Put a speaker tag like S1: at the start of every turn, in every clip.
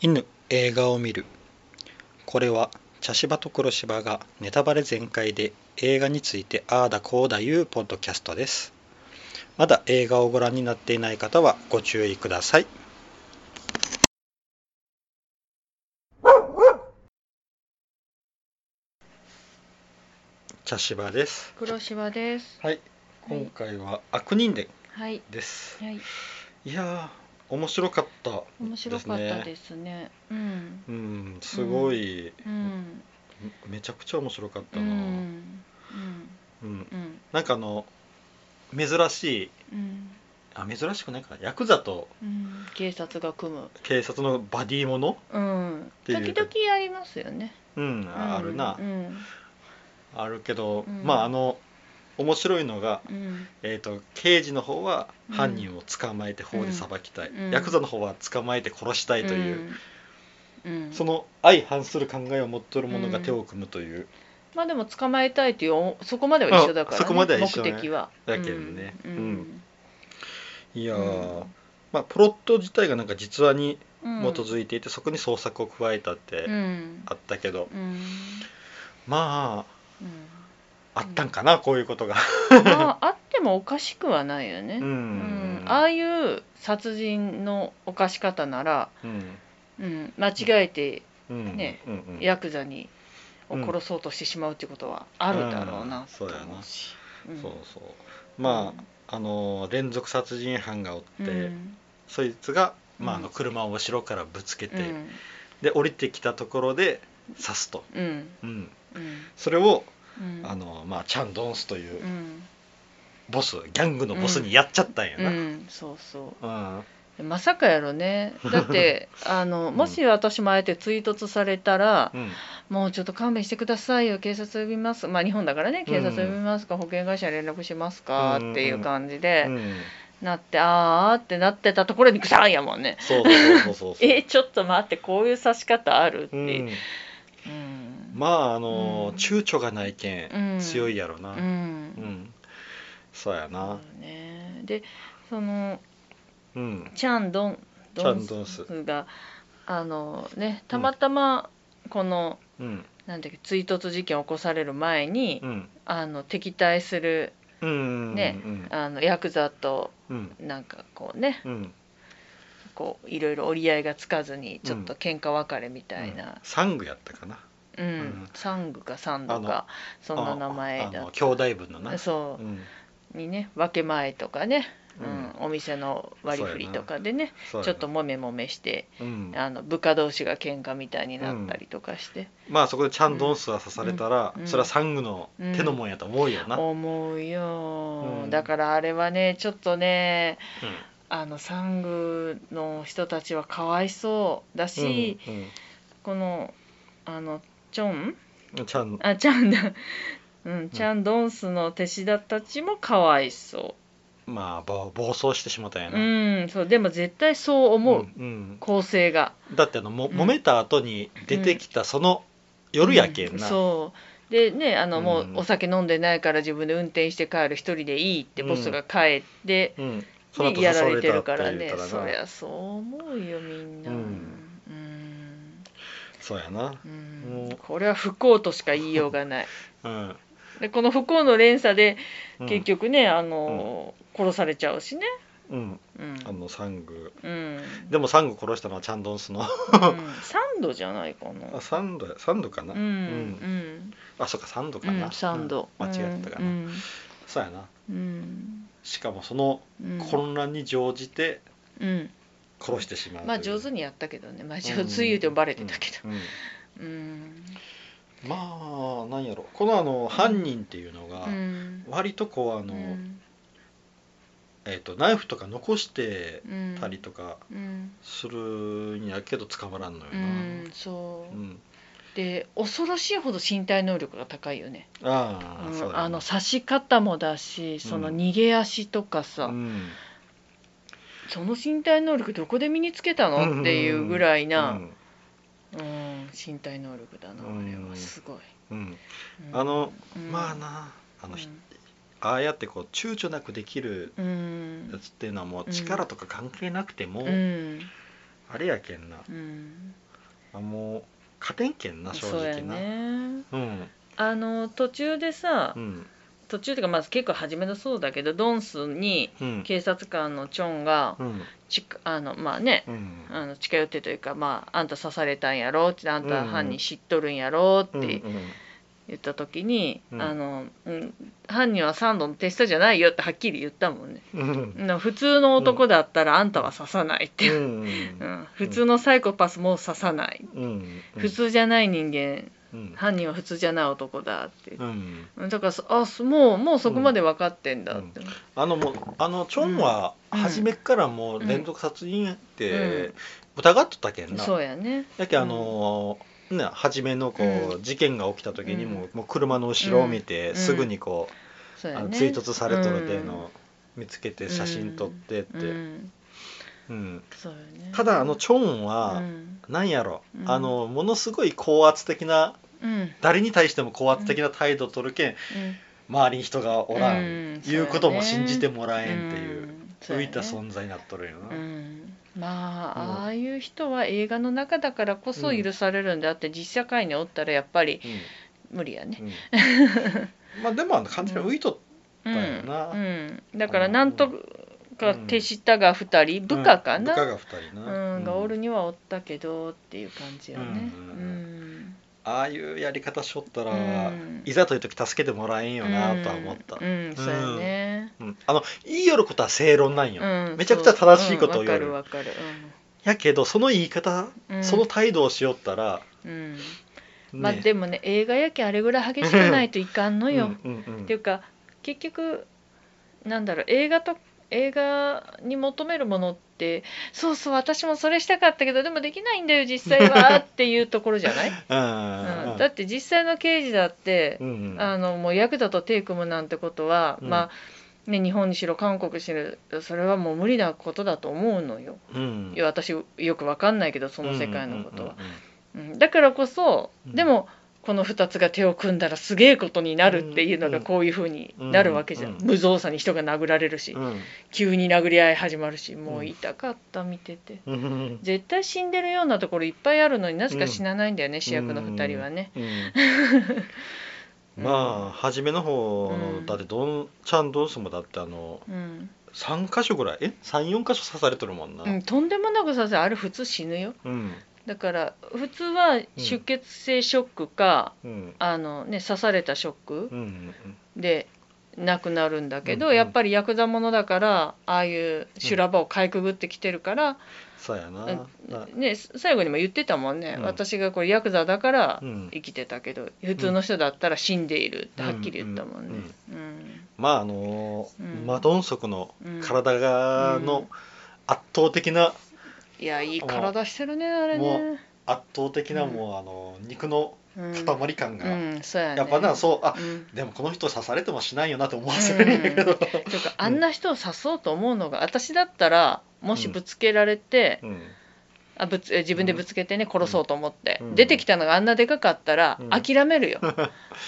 S1: 犬映画を見るこれは茶芝と黒芝がネタバレ全開で映画についてああだこうだいうポッドキャストですまだ映画をご覧になっていない方はご注意ください茶芝です
S2: 黒芝です。
S1: はい今回は悪人伝
S2: はい。
S1: です
S2: はい。
S1: いやー面白かったですね
S2: 面白かったですね。うん。
S1: うんすごい、
S2: うん。
S1: めちゃくちゃ面白かっ
S2: う
S1: たな、うん
S2: ん。うん。うん。
S1: なんかあの珍しい
S2: うん。
S1: あ珍しくないかなヤクザと
S2: うん。警察が組む。
S1: 警察のバディもの
S2: うん。
S1: てい
S2: 時
S1: う
S2: 々ありますよね。
S1: うんあるな、
S2: うん。
S1: あるけど、
S2: うん
S1: まああの面白いのが、
S2: うん。
S1: えー、と刑事の方は
S2: うん
S1: 犯人を捕まえて法で裁きたい、
S2: うん
S1: ヤクザの方は捕まえて殺したいという、
S2: うん。うん。
S1: その相反する考えを持っとる者が手を組むという、
S2: まあでも捕まえたいっていうおそこまでは一緒だから、ね、
S1: あそこまでは一緒ね
S2: 目的は
S1: だけどね
S2: う
S1: うん
S2: ん
S1: いやー、
S2: うん
S1: まあ、プロット自体がなんか実話に基
S2: うん
S1: づいていて、そこに創作を加えたって
S2: うん
S1: あったけど、
S2: うん
S1: ま
S2: うん
S1: ああったんかな、こういうことが。
S2: まああってもおかしくはないよね。
S1: う
S2: うんん、ああいう殺人の犯し方なら、
S1: うん
S2: うん、間違えて
S1: うん
S2: ね
S1: うんうん
S2: ヤクザにを殺そうとしてしまうってことはあるだろう
S1: う
S2: なんと
S1: そうやな
S2: 思うし。うん
S1: そうそうまあ、あのー連続殺人犯がおって、
S2: うん
S1: そいつが、まあ、あ
S2: うん
S1: の車を後ろからぶつけて、
S2: うん
S1: で降りてきたところで刺すと、
S2: うん
S1: うん、
S2: うん
S1: それを、
S2: うん
S1: あのーまあ、チャン・ドンスといううんボスギャングのボスにやっちゃったんや
S2: う
S1: な。
S2: んそうそ
S1: うん
S2: うまさかやろ ねだってあのもし私もあえて追突されたら、
S1: うん
S2: もうちょっと勘弁してくださいよ警察呼びますまあ日本だからね警察呼びますか、保険会社に連絡しますか、
S1: うん
S2: っていう感じで、
S1: うん
S2: なってあーってなってたところにグサンやもんね
S1: そうそうそうそうそう
S2: えちょっと待ってこういう刺し方あるって、
S1: う
S2: うん
S1: ん、まああのー、
S2: うん
S1: 躊躇がないけん、
S2: うん
S1: 強いやろ
S2: あ
S1: な
S2: う
S1: うん、
S2: ん、
S1: そうやな
S2: ねでその
S1: うん
S2: チャンドン
S1: チャンドンス
S2: ドンがあのねたまたまこの、
S1: うん
S2: なんだっけ追突事件を起こされる前に、
S1: うん
S2: あの敵対する
S1: うん
S2: ね
S1: うん
S2: あのヤクザと
S1: うん
S2: なんかこうね
S1: うんうん
S2: こういろいろ折り合いがつかずにちょっと喧嘩別れみたいな、
S1: サングやったかな
S2: うん
S1: うん
S2: サングかサンドかそんな名前
S1: ああ
S2: だ
S1: の兄弟分のな
S2: そ
S1: うん
S2: うにね分け前とかね、
S1: う
S2: うんんお店の割り振りとかでね
S1: そうやな
S2: ちょっともめもめして
S1: うん
S2: あの部下同士が喧嘩みたいになったりとかして、
S1: まあそこでチャン・ドンスが刺されたら、
S2: うん
S1: それはサングの手のもんやと思うよな、うん
S2: 思うよ、
S1: うん
S2: だからあれはねちょっとねあのサングの人たちはかわいそうだし、
S1: うん
S2: このあのチョン
S1: うんチャン
S2: あちゃんだうんちゃんドンスの手下たちもかわいそ
S1: まあ暴暴走してしまったんや
S2: う
S1: な、
S2: うんそうでも絶対そう思う、
S1: うん
S2: 構成が
S1: うんだってあのも
S2: うん
S1: 揉めた後に出てきたその夜やけんな、
S2: うんそうでねあのもう
S1: うん
S2: お酒飲んでないから自分で運転して帰る一人でいいってボスが帰って、
S1: うんその
S2: ね
S1: 後
S2: や
S1: 刺
S2: ら
S1: さ
S2: れて
S1: た
S2: る
S1: って
S2: から
S1: 言う
S2: ね
S1: たらな
S2: そりゃそう思うよみんな
S1: う
S2: うんん、
S1: そうやな
S2: うん
S1: もう
S2: これは不幸としか言いようがない
S1: うん、
S2: でこの不幸の連鎖で
S1: うん、
S2: 結局ね、あの殺されちゃうしね、
S1: うん、
S2: うん、
S1: あのサング
S2: うん、
S1: でもサング殺したのはチャンドンスの
S2: うんサンドじゃないかな
S1: あ。サンドやサンドかな、
S2: うんうん
S1: あそうかサンド
S2: う
S1: か
S2: ん
S1: な、
S2: サンド。
S1: うん間違ったかな、
S2: うん
S1: そうやな
S2: うん
S1: しかもその
S2: うん
S1: 混乱に乗じて
S2: うん。
S1: 殺してしまうという、
S2: まあ上手にやったけどね。まあ上手言うてもバレてたけ
S1: ど、
S2: ど。
S1: うんうん
S2: うん
S1: まあなんやろこのあの犯人っていうのが
S2: うん
S1: 割とこうあ
S2: う
S1: の、
S2: ん
S1: えっとナイフとか残して
S2: うん
S1: たりとか
S2: うん
S1: するんやけど捕まらんのよ
S2: う
S1: な、
S2: んそう
S1: う。ん
S2: で恐ろしいほど身体能力が高いよね。
S1: ああ、
S2: うん
S1: そうやな
S2: あの刺し方もだし、その
S1: うん
S2: 逃げ足とかさ。
S1: うん
S2: その身体能力どこで身につけたのっていうぐらいな、
S1: うん
S2: うん身体能力だな
S1: うん
S2: あれはすごい、
S1: うん
S2: うん
S1: あの、
S2: うん
S1: まあなあの、ひ
S2: うん
S1: ああやってこう躊躇なくできる
S2: うん
S1: やつっていうのはもう力とか関係なくても、
S2: うん
S1: あれやけんな
S2: うん、
S1: あもう勝てんけんな正
S2: そうや
S1: 直な
S2: ね
S1: うん
S2: あの途中でさ、
S1: うん
S2: 途中っていうかまず結構初めのそうだけどドンスに
S1: うん
S2: 警察官のチョンが
S1: うん
S2: ちくあのまあね
S1: うん
S2: あの近寄ってというか、まあ、あんた刺されたんやろってあん
S1: う
S2: た
S1: ん
S2: 犯人知っとるんやろっ
S1: うん
S2: て言った時に、
S1: うん
S2: あのうん、犯人はサンドの手下じゃないよってはっきり言ったもんね
S1: うんうん
S2: な普通の男だったらあんたは刺さないって、
S1: う
S2: うん
S1: ん
S2: 普通のサイコパスも刺さない、
S1: うん
S2: 普通じゃない人間
S1: うん
S2: 犯人は普通じゃない男だって
S1: う、ん
S2: うん、だからそあそもうもうそこまで分かってんだって、
S1: あのもうあのチョンは
S2: うん
S1: 初めっからもう連続殺人っ
S2: う
S1: て
S2: ん
S1: 疑っとったけんな
S2: そうやね
S1: やけあのーね初めのこ
S2: う
S1: う事件が起きた時にももう車の後ろを見
S2: う
S1: て
S2: ん
S1: すぐにこ
S2: そう
S1: う
S2: や
S1: あの
S2: ね
S1: 追突されとるっていうの
S2: うん
S1: を見つけて写真撮ってっ
S2: う
S1: て
S2: ん
S1: うん
S2: そうよね
S1: ただあのチョンは
S2: うん
S1: なんやろ
S2: うん
S1: あのものすごい高圧的な
S2: うんうん
S1: 誰に対しても高圧的な態度を取るけん周りに人がおら
S2: うんん
S1: 言うことも
S2: そうや
S1: 信
S2: ね
S1: じてもらえんっていう
S2: そう
S1: 浮
S2: や
S1: い
S2: ね
S1: た存在になっとるよ
S2: う
S1: な。
S2: んまあ、
S1: うん
S2: ああいう人は映画の中だからこそ許されるんであって、実社会におったらやっぱり無理やね
S1: う。んう んまあでもあの完全に浮いとっ
S2: うん
S1: だよな
S2: うんだからなんとか
S1: うん
S2: 手下が2人、部下かな、
S1: 部下
S2: う
S1: が二人
S2: ん
S1: な。
S2: がおるにはおったけどっていう感じよね。
S1: う
S2: うんん
S1: ああいうやり方しょったら、
S2: うん
S1: いざという時助けてもらえんよなとは思った、
S2: うん、うんそうやね。
S1: うんあの言いよることは正論なんよ、
S2: うん、
S1: めちゃくちゃ正しいことを言う
S2: そううんわかるわかる。
S1: やけどその言い方、
S2: うんうん
S1: その態度をしよったら、
S2: うん
S1: ね
S2: まあでもね映画やけんあれぐらい激しくないといかんのよ。
S1: うんうんうん
S2: っていうか結局なんだろう映画と映画に求めるものってそうそう私もそれしたかったけどでもできないんだよ実際 はっていうところじゃない、
S1: うん
S2: うん、だって実際の刑事だって
S1: う、んうん
S2: あのもうヤクザと手組むなんてことは、
S1: うん
S2: まあね、日本にしろ韓国にしろそれはもう無理なことだと思うのよ。
S1: うん
S2: いや私よくわかんないけどその世界のことは。
S1: うんうんうん
S2: うんだからこそ、
S1: うん
S2: でもこの2つが手を組んだらすげえことになるっていうの
S1: う
S2: が
S1: ん
S2: こういうふうになるわけじゃん、
S1: うん
S2: 無造作に人が殴られるし、急に殴り合い始まるしもう痛かった見てて
S1: うん うん
S2: 絶対死んでるようなところいっぱいあるのになぜか死なないんだよね、主役の2人はね。
S1: うん
S2: うん
S1: まあ初めの方の、
S2: うん
S1: だってどんちゃんどんすもだってあの
S2: うん、
S1: 3箇所ぐらいえ34箇所刺されてるもんな、
S2: うん、とんでもなくさせあれ普通死ぬよ
S1: うん
S2: だから普通は出血性ショックか、
S1: うん
S2: あのね刺されたショック、
S1: うんうん
S2: でなくなるんだけ
S1: う
S2: ど、
S1: んうん
S2: やっぱりヤクザものだからああいう修羅場をかいくぐってきてるから、
S1: そうやな、な
S2: ね、最後にも言ってたもんね、
S1: うん
S2: 私がこれヤクザだから
S1: うん
S2: 生きてたけど普通の人だったら死んでいるってはっきり言ったもんね。うん
S1: まああのー
S2: うん
S1: マドンソクの
S2: うん
S1: 体がの圧倒的な、
S2: いやいい体してるねあれ
S1: も
S2: ね。
S1: 圧倒的な
S2: うん
S1: もうあの肉の
S2: うん
S1: 塊感が、
S2: うん、そうやね。
S1: やっぱなそうあ
S2: うん
S1: でもこの人刺されてもしないよなって思わせるんやけど、
S2: ていうかあんな人を刺そうと思うのが私だったらもしぶつけられて、
S1: うん
S2: あぶつえ自分でぶつけてね殺そうと思って、
S1: うん
S2: 出てきたのがあんなでかかったら
S1: うん
S2: 諦め るよ、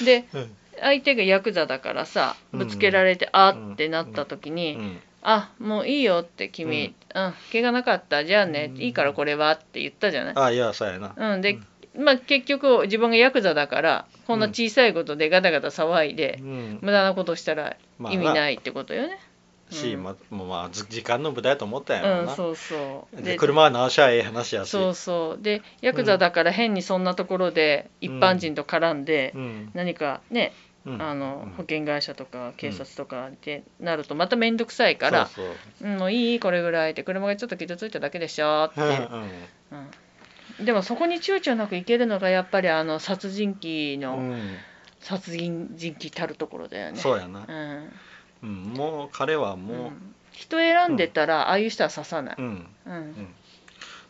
S2: で
S1: うん
S2: 相手がヤクザだからさ
S1: うん
S2: ぶつけられて、あーってなった時
S1: う
S2: に「
S1: ん
S2: あもういいよ」っ
S1: う
S2: て君「うん、怪我なかったじゃあね、
S1: うん
S2: いいからこれは」って言ったじゃない。
S1: あいやそうやな、
S2: うん、で、まあ、結局自分がヤクザだからこんな小さいことでガタガタ騒いで、
S1: うん
S2: 無駄なことしたら
S1: まあ
S2: 意味ないってことよね。
S1: し、
S2: うん
S1: まもうまあず時間の無駄やと思ったんやろ
S2: うん、
S1: な、
S2: そうそう。
S1: で車は直しゃええ話やし
S2: そうそうでヤクザだから変にそんなところで一般人と絡んで、
S1: うん
S2: 何かね、
S1: うん
S2: あの
S1: うん
S2: 保険会社とか警察とかでなるとまた面倒くさいから
S1: そうそう
S2: 「うん、もういいこれぐらい」って「車がちょっと傷ついただけでしょ」って、
S1: う
S2: うんでもそこに躊躇なく行けるのがやっぱりあの殺人鬼
S1: ん
S2: の、
S1: うん
S2: 殺人鬼たるところだよね。
S1: そうやな
S2: う、ん
S1: うん、もう彼はも、
S2: ん人選んでたら、ああいう人は刺さないう
S1: う。ん、
S2: うん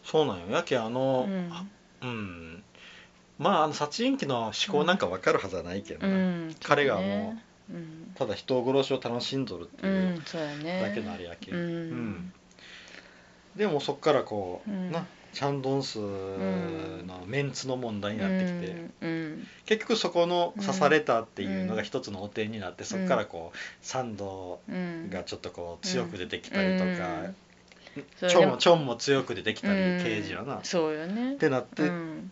S1: そうなんよやけあ
S2: う
S1: の
S2: ん
S1: うん、まああの殺人鬼の思考なんかわかるはずはないけど
S2: う
S1: な、
S2: ん
S1: 彼がも
S2: う、うん
S1: ただ人殺しを楽しんどるって
S2: う、
S1: いうん
S2: そうやね
S1: だけのあれやけ、
S2: うん
S1: んでもそっからこう、
S2: うん
S1: なチャンドンス
S2: ん
S1: のメンツの問題になってきて、
S2: うんうん
S1: 結局そこの刺されたっていうのが一つの汚点になって、そこからこうサンド
S2: うん
S1: がちょっとこう強く出てきたりとか、
S2: うんそ
S1: チ
S2: れ
S1: ョ
S2: で
S1: ン
S2: も
S1: もチョンも強く出てきた
S2: うん
S1: り刑事はなっ
S2: そうよね
S1: てなって、
S2: うん、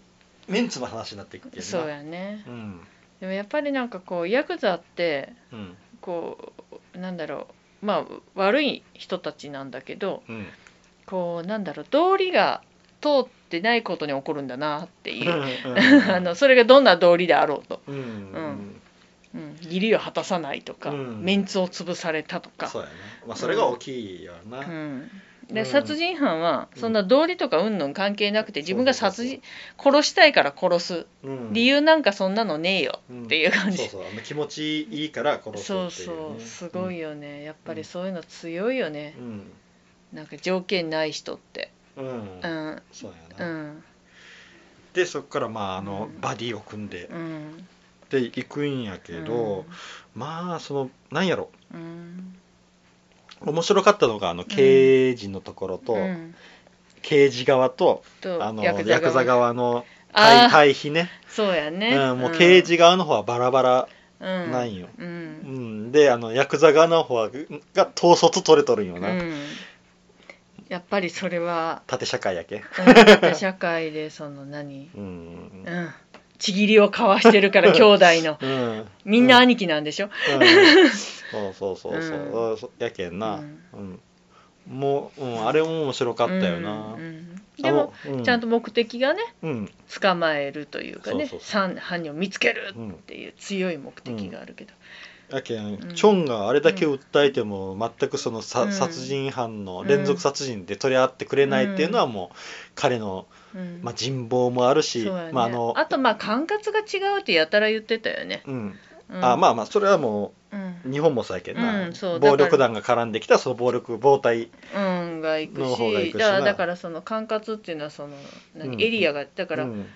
S1: メンツの話になっていくけどな
S2: そうやね
S1: うん
S2: でもやっぱりなんかこうヤクザって
S1: うん
S2: こうなんだろうまあ悪い人たちなんだけど
S1: うん
S2: こうなんだろう道理が通ってないことに起こるんだなって
S1: う
S2: い
S1: ん
S2: うあのそれがどんな道理であろうと、
S1: うんうん
S2: うん、義理を果たさないとか、
S1: うん
S2: メンツを潰されたとか
S1: そうやねまあそれが大きいよな、
S2: うん
S1: う
S2: で
S1: ん
S2: 殺人犯は
S1: うん
S2: そんな道理とかうんぬん関係なくて自分が殺
S1: そう
S2: 人殺したいから殺す
S1: うん
S2: 理由なんかそんなのねえよ
S1: っ
S2: っていう感じ
S1: そうそうあの気持ちいいから殺すっていう
S2: そ
S1: ね
S2: うそうすごいよねやっぱりそういうの強いよね
S1: うん
S2: なんか条件ない人って
S1: うん、
S2: うん
S1: そう
S2: う
S1: やな、
S2: ん
S1: でそこからまああの、
S2: うん
S1: バディを組んで
S2: うん
S1: で行くんやけど、まあそのなんやろ
S2: うん
S1: 面白かったのがあの刑事のところと、
S2: うん
S1: 刑事側と
S2: と
S1: あの
S2: ヤ
S1: ヤ
S2: ク
S1: ク
S2: ザ
S1: ザ
S2: 側
S1: 側の対
S2: ああ
S1: 対比ね
S2: そうやね
S1: うん、もう刑事側の方はバラバラ、な
S2: ない
S1: よ
S2: う
S1: うん
S2: ん
S1: であのヤクザ側の方はが統率取れとるんよ
S2: う
S1: な、
S2: んやっぱりそれは
S1: 縦社会やけ、
S2: うん社会でその何
S1: うん
S2: うんちぎりを交わしてる から兄弟の
S1: うん、
S2: みんな兄貴なんでしょ、
S1: うんそうそうそうそうう、やけんな、
S2: う
S1: うんんもう、うん、あれも面白か
S2: う
S1: ったよな、
S2: んうん
S1: あ
S2: でも
S1: の、う
S2: ちゃんと目的がね
S1: うん
S2: 捕まえるというかね
S1: そうそう
S2: さん犯人を見つける
S1: うん
S2: っていう強い目的があるけど、
S1: やけん、
S2: ん
S1: チョンがあれだけ訴えても全くそのさ、
S2: うん
S1: 殺人犯の連続殺人で取り合ってくれないっていうのはもう彼の、
S2: うん
S1: まあ、人望もあるし、
S2: そうやね
S1: まああの
S2: とまあ管轄が違うってやたら言ってたよね、
S1: うん
S2: うん、
S1: あまあまあそれはも
S2: うん
S1: う日本もそうやけんな、
S2: うんそうだから
S1: 暴力団が絡んできたその暴力暴対
S2: うんが行く
S1: の
S2: し
S1: 方が行くしな
S2: だからだからその管轄っていうのはその何、
S1: うん
S2: エリアがだから
S1: うん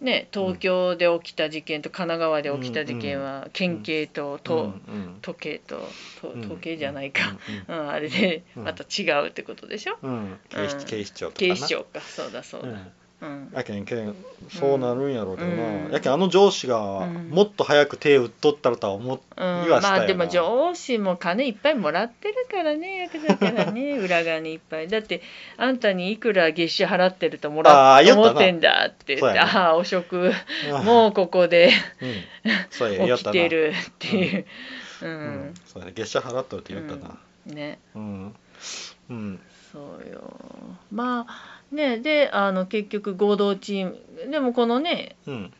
S2: ね東京で起きた事件と神奈川で起きた事件は県警とと、
S1: うん
S2: 時計とと
S1: うん
S2: 時計じゃないか、
S1: うんうん
S2: うん、あれで
S1: うん
S2: また違うってことでしょ、
S1: うん、警視警視庁とかな
S2: 警視庁かそうだそう
S1: う
S2: だ
S1: ん
S2: うん、
S1: やけんけんそうなるんやろうけどな、
S2: うん
S1: やけんあの上司が
S2: うん
S1: もっと早く手打っとったらとは思っ
S2: うん
S1: 言わせ
S2: ま
S1: たよな
S2: あでも上司も金いっぱいもらってるからね ヤクザからね裏側にいっぱいだってあんたにいくら月謝払ってるともら
S1: あー
S2: って
S1: 言ったな
S2: 思ってんだって言
S1: そう
S2: って、
S1: やね
S2: ああ汚職
S1: うん
S2: もうここで
S1: うん、そうや言
S2: 起
S1: った
S2: き
S1: な
S2: てるっていうう
S1: うんん、そうや月謝払っとるって言ったな
S2: ね
S1: うんうん
S2: そうよまあねであの結局合同チームでもこのね
S1: うん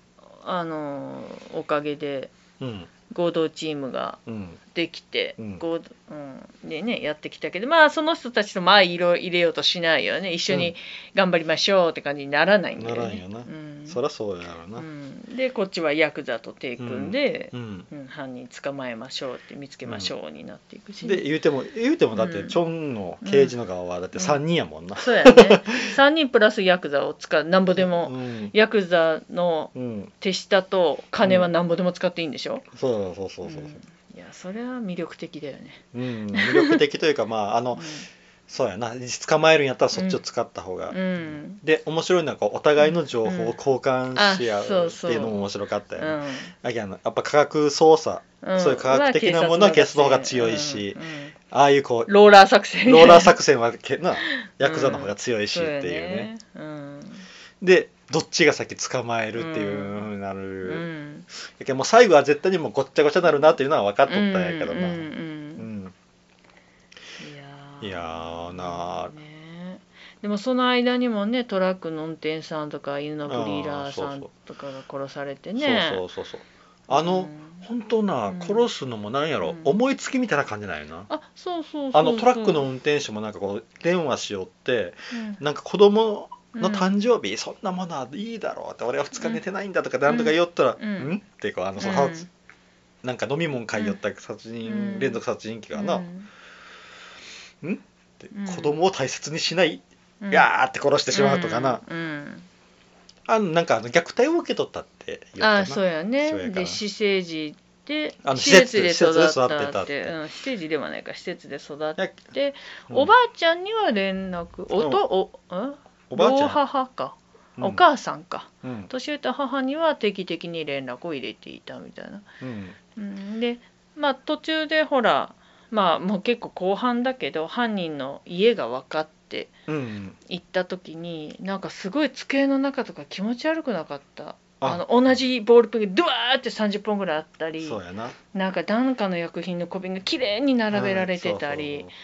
S2: あのおかげで
S1: うん
S2: 合同チームが
S1: うん
S2: できて、
S1: うん
S2: 合同うん、でねやってきたけどまあその人たちとまあ色入れようとしないよね一緒
S1: う
S2: に
S1: ん
S2: 頑張りましょうって感じにならないんだよね。
S1: ならんよな
S2: うん
S1: そりゃそうやろな
S2: うん、でこっちはヤクザと手組んで、
S1: うん
S2: うん犯人捕まえましょうって見つけましょうになっていくし、
S1: で言うても言うてもだって、
S2: うん
S1: チョンの刑事の側はだって3人やもんな、
S2: そうやね3人プラスヤクザを使うなんぼでも、
S1: うん、
S2: ヤクザの
S1: うん、
S2: 手下と金はなんぼでも使っていいんでしょ、
S1: そうそうそうそう
S2: うんいやそれは魅力的だよね。
S1: うん、魅力的というかまああ
S2: う
S1: の
S2: ん
S1: そうやな捕まえるんやったらそっちを使った方が、
S2: うん
S1: で面白いのはこうお互いの情報を交換し合う
S2: うんあそう
S1: っ
S2: そ
S1: て
S2: う
S1: いうのも面白かったよね、
S2: うん
S1: だけどあのやっぱ科学捜査
S2: うん
S1: そういう科学的なものは警察の方が強いし
S2: うんうん
S1: ああいうこう
S2: ローラー作戦
S1: ローラー作戦はけなヤクザの方が強いしっていうね,、
S2: そうよね
S1: でどっちが先捕まえるっていうふうにな
S2: う
S1: る、
S2: ん
S1: やけんもう最後は絶対にもうごっちゃごちゃなるなっていうのは分かっとったんやけど
S2: うんう
S1: な、
S2: ん
S1: う
S2: うん
S1: んい
S2: いや
S1: や
S2: ー
S1: ーなあ
S2: ねでもその間にもねトラックの運転手さんとか犬のブリーダーさんとかが殺されてね
S1: そうそうそうそうあの、
S2: うん
S1: 本当な
S2: うん
S1: 殺すのもなんやろ、
S2: うん
S1: 思いつきみたいな感じなんやな
S2: あそうそうそうそう
S1: あのトラックの運転手もなんかこう電話しよって
S2: うん
S1: なんか子供
S2: う
S1: の
S2: ん
S1: 誕生日、そんなものはいいだろうって俺は2日寝てないんだとかなんとか言おったら「
S2: う
S1: うんん?」ってこうあの、そう
S2: うん
S1: 殺なんか飲み物買いよった殺人、
S2: うん
S1: 連続殺人鬼がな、
S2: うん
S1: って
S2: うん
S1: 子供を大切にしない、
S2: うん
S1: やーって殺してしまうとかな、
S2: うんうん
S1: あのなんかあの虐待を受け取ったって言ったな
S2: ああそうやね
S1: そうやから
S2: で私生児で
S1: あの
S2: 施設で
S1: 施設
S2: 育
S1: で
S2: っ
S1: 育っ
S2: たって
S1: たって
S2: うん、施設ではないか施設で育っ
S1: や
S2: て、
S1: うん
S2: おばあちゃんには連絡おとおん
S1: おばあち
S2: 老
S1: ゃん
S2: 母か、
S1: うん
S2: お母さんか
S1: うん
S2: 年老いた母には定期的に連絡を入れていたみたいな、
S1: うん
S2: うん、でまあ途中でほらまあもう結構後半だけど犯人の家が分かっって
S1: うん
S2: 行った時になんかすごい机の中とか気持ち悪くなかった
S1: あ
S2: あの同じボールペンがドゥワーって30本ぐらいあったり
S1: そうやな
S2: なんか何かの薬品の小瓶が綺麗に並べられてたり、
S1: うんそうそう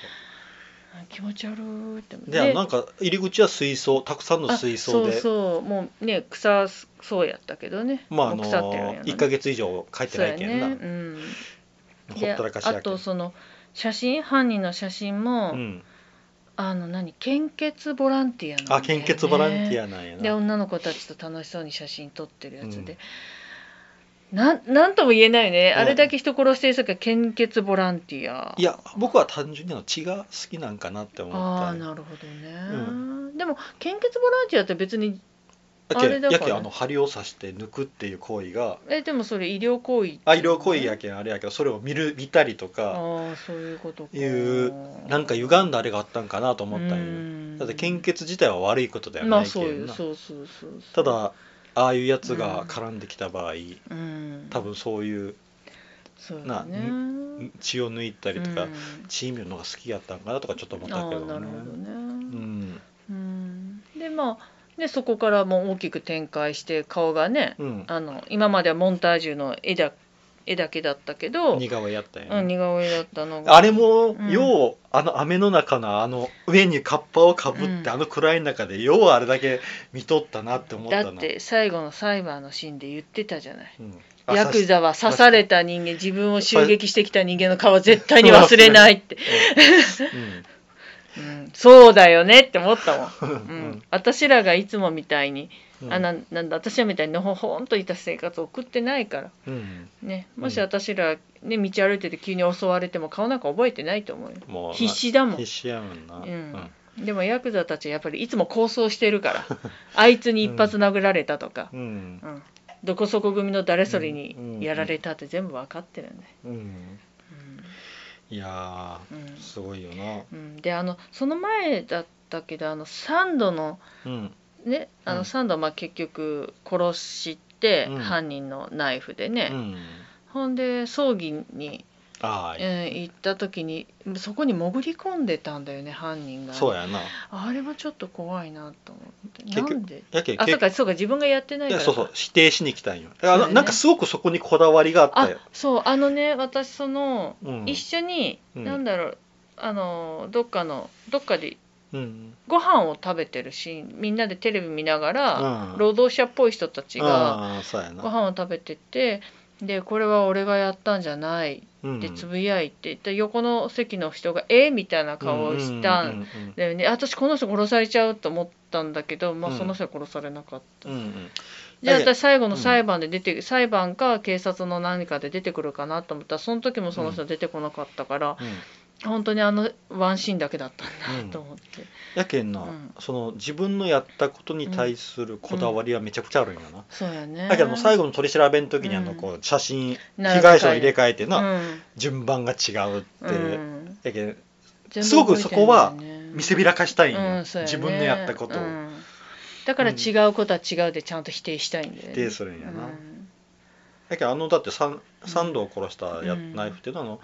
S2: あ気持ち悪ーって思って
S1: でなんか入り口は水槽たくさんの水槽で
S2: あそうそうもうね草そうやったけどね
S1: まああ
S2: も
S1: の
S2: う腐ってるんやろね
S1: 1か月以上帰って
S2: そう
S1: ない
S2: や
S1: けんな、
S2: ね、うん、
S1: ほったらかしや
S2: で
S1: け
S2: あ
S1: ん
S2: とその写真犯人の写真も、
S1: うん、
S2: あの何献血ボランティアなんだよ、
S1: あ
S2: ね、
S1: 献血ボランティアなんや
S2: で
S1: な
S2: 女の子たちと楽しそうに写真撮ってるやつで、なんなんとも言えないよね、
S1: うん
S2: あれだけ人殺してるさから献血ボランティア
S1: いや僕は単純にあの血が好きなんかなって思った
S2: ああ
S1: んや
S2: なるほどね、
S1: う
S2: でも献血ボランティアって別に
S1: だけ
S2: あれだ
S1: や
S2: から
S1: けんあの針を刺して抜くっていう行為が
S2: えでもそれ医療行為っていうの
S1: あ医療行為やけんあれやけどそれを見る見たりとか
S2: ああそういうことか
S1: いうなんか歪んだあれがあったんかなと思ったんよ
S2: ん
S1: だって献血自体は悪いことでは
S2: ま
S1: な
S2: あ
S1: いけ
S2: そうんよ
S1: な
S2: そうそうそう
S1: た
S2: そう、
S1: だああいうやつが絡んできた場合
S2: うん、
S1: 多分そういう
S2: そうよ
S1: な
S2: ね
S1: 血を抜いたりとか
S2: うん
S1: 血見るのが好きやったんかなとかちょっと思った
S2: ああ
S1: けど
S2: なるほ
S1: ね
S2: どね、
S1: うん
S2: うんでまあでそこからもう大きく展開して顔がね
S1: うん
S2: あの今まではモンタージュの絵だ絵だけだったけど、
S1: 似顔絵やったんや
S2: う
S1: ね
S2: ん、似顔絵だったのが
S1: あれも、
S2: うん
S1: ようあの雨の中のあの上にカッパをかぶって、
S2: うん
S1: あの暗い中でようあれだけ見とったなって思った
S2: だ
S1: の
S2: って最後の裁判のシーンで言ってたじゃない。
S1: うん、あ
S2: ヤク
S1: 刺し
S2: ザは刺された人間自分を襲撃してきた人間の顔は絶対に忘れない って、うん、そうだよねって思ったもん
S1: うん
S2: うん、私らがいつもみたいに、
S1: うん
S2: あななんだ私らみたいにのほほんといた生活を送ってないから、
S1: うん
S2: ね、もし
S1: うん
S2: 私ら、ね、道歩いてて急に襲われても顔なんか覚えてないと思うよ
S1: もう
S2: 必死だもん
S1: 必死やもんな、
S2: うん
S1: うん
S2: でもヤクザたちはやっぱりいつも構想してるから あいつに一発殴られたとか、
S1: うん
S2: うんどこそこ組の誰それ
S1: うんうん
S2: にやられたって全部分かってるんだよ、
S1: うんいや
S2: うん
S1: ーすごいよな、
S2: うんうん、であのその前だったけどあのサンドの
S1: うん
S2: ねあ
S1: うん
S2: のサンドはまあ結局殺して、
S1: うん
S2: 犯人のナイフでね、
S1: うん、
S2: ほんで葬儀に、
S1: ああ、
S2: えー行った時にそこに潜り込んでたんだよね犯人が
S1: そうやな
S2: あれもちょっと怖いなと思って
S1: 結局
S2: なんで
S1: やけん
S2: あ
S1: け
S2: そうかそうか自分がやってない
S1: いや
S2: から
S1: そうそう否定しに来たんよだからあの
S2: そうやね
S1: なんかすごくそこにこだわりがあった
S2: あ
S1: よ、
S2: そうあのね私その、
S1: うん
S2: 一緒に、
S1: うん
S2: なんだろうあのどっかのどっかで
S1: うん
S2: ご飯を食べてるシーンみんなでテレビ見ながら、
S1: うん
S2: 労働者っぽい人たちが、
S1: ああそうやな
S2: ご飯を食べててでこれは俺がやったんじゃない
S1: うん
S2: ってつぶやいて、で横の席の人がえみたいな顔をした
S1: うんんうん
S2: だよね、私この人殺されちゃうと思ったんだけど、まあ、
S1: うん
S2: その人は殺されなかった、
S1: うんうんうん
S2: じゃあ
S1: だけど
S2: 私最後の裁判で出て、裁判か警察の何かで出てくるかなと思ったらその時もその人出てこなかったから、
S1: うん
S2: 本当にあのワンシーンだけだったんだと思って、
S1: やけんな、
S2: うん
S1: その自分のやったことに対するこだわりはめちゃくちゃあるんやな、
S2: そうやね
S1: だけどもう最後の取り調べの時にあの
S2: うん
S1: こう写真、
S2: 並べ替え
S1: 被害者を入れ替えてな、
S2: うん
S1: 順番が違うって、
S2: うん
S1: やけん
S2: 全部
S1: すごくそこは
S2: 覚えてるんだよね
S1: 見せびらかしたいんよ、
S2: うんそうやね
S1: 自分のやったことを、
S2: うんだから違うことは違うでちゃんと否定したいんで、ね、
S1: 否定するんやな、
S2: うん
S1: やけんあのだってサンサンドを殺したや、
S2: うん
S1: ナイフっていうのはあの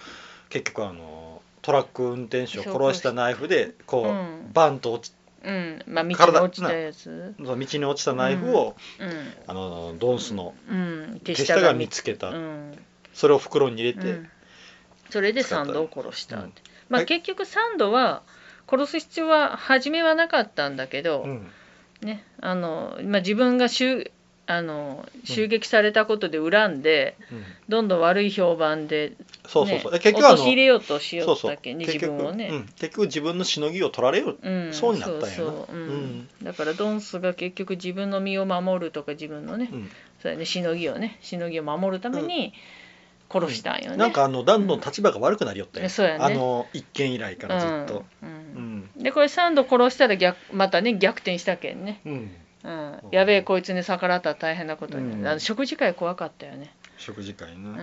S1: 結局あのトラック運転手を殺したナイフでこう、
S2: うん
S1: バンと落ち
S2: うんまあ道に
S1: 体
S2: 落ちたやつ
S1: 道に落ちたナイフを、
S2: うん
S1: あのドンスの
S2: うん
S1: 手
S2: 手
S1: 下
S2: 下
S1: が
S2: が
S1: 見
S2: 見
S1: つけた、
S2: うん
S1: それを袋に入れて、
S2: うんそれでサンドを殺したって、
S1: うん
S2: ま
S1: は
S2: あ
S1: い
S2: 結局サンドは殺す必要は初めはなかったんだけど、
S1: うん
S2: ねあのまあ、自分が襲あの襲撃されたことで恨んで、
S1: うん
S2: どんどん悪い評判で、ね、
S1: そうそうそう、で結局あの
S2: 陥れようとしよ
S1: そう
S2: う
S1: そう
S2: だけね自分をね、
S1: うん、結局自分のしのぎを取られる
S2: うん、
S1: そうになったんやな
S2: そうそううん
S1: うん
S2: だからドンスが結局自分の身を守るとか自分のね、
S1: うん
S2: そうやねしのぎをねしのぎを守るために殺したんよね、
S1: なんかあのどんどん立場が悪くなりよったよ、
S2: うんそうやね
S1: あの一件以来からずっと、
S2: うん
S1: う
S2: うん
S1: ん
S2: でこれ3度殺したら逆またね逆転したけんね、
S1: うん
S2: うん、やべえこいつに逆らったら大変なことになる、
S1: うん
S2: あの食事会怖かったよね、
S1: 食事会
S2: うん
S1: な、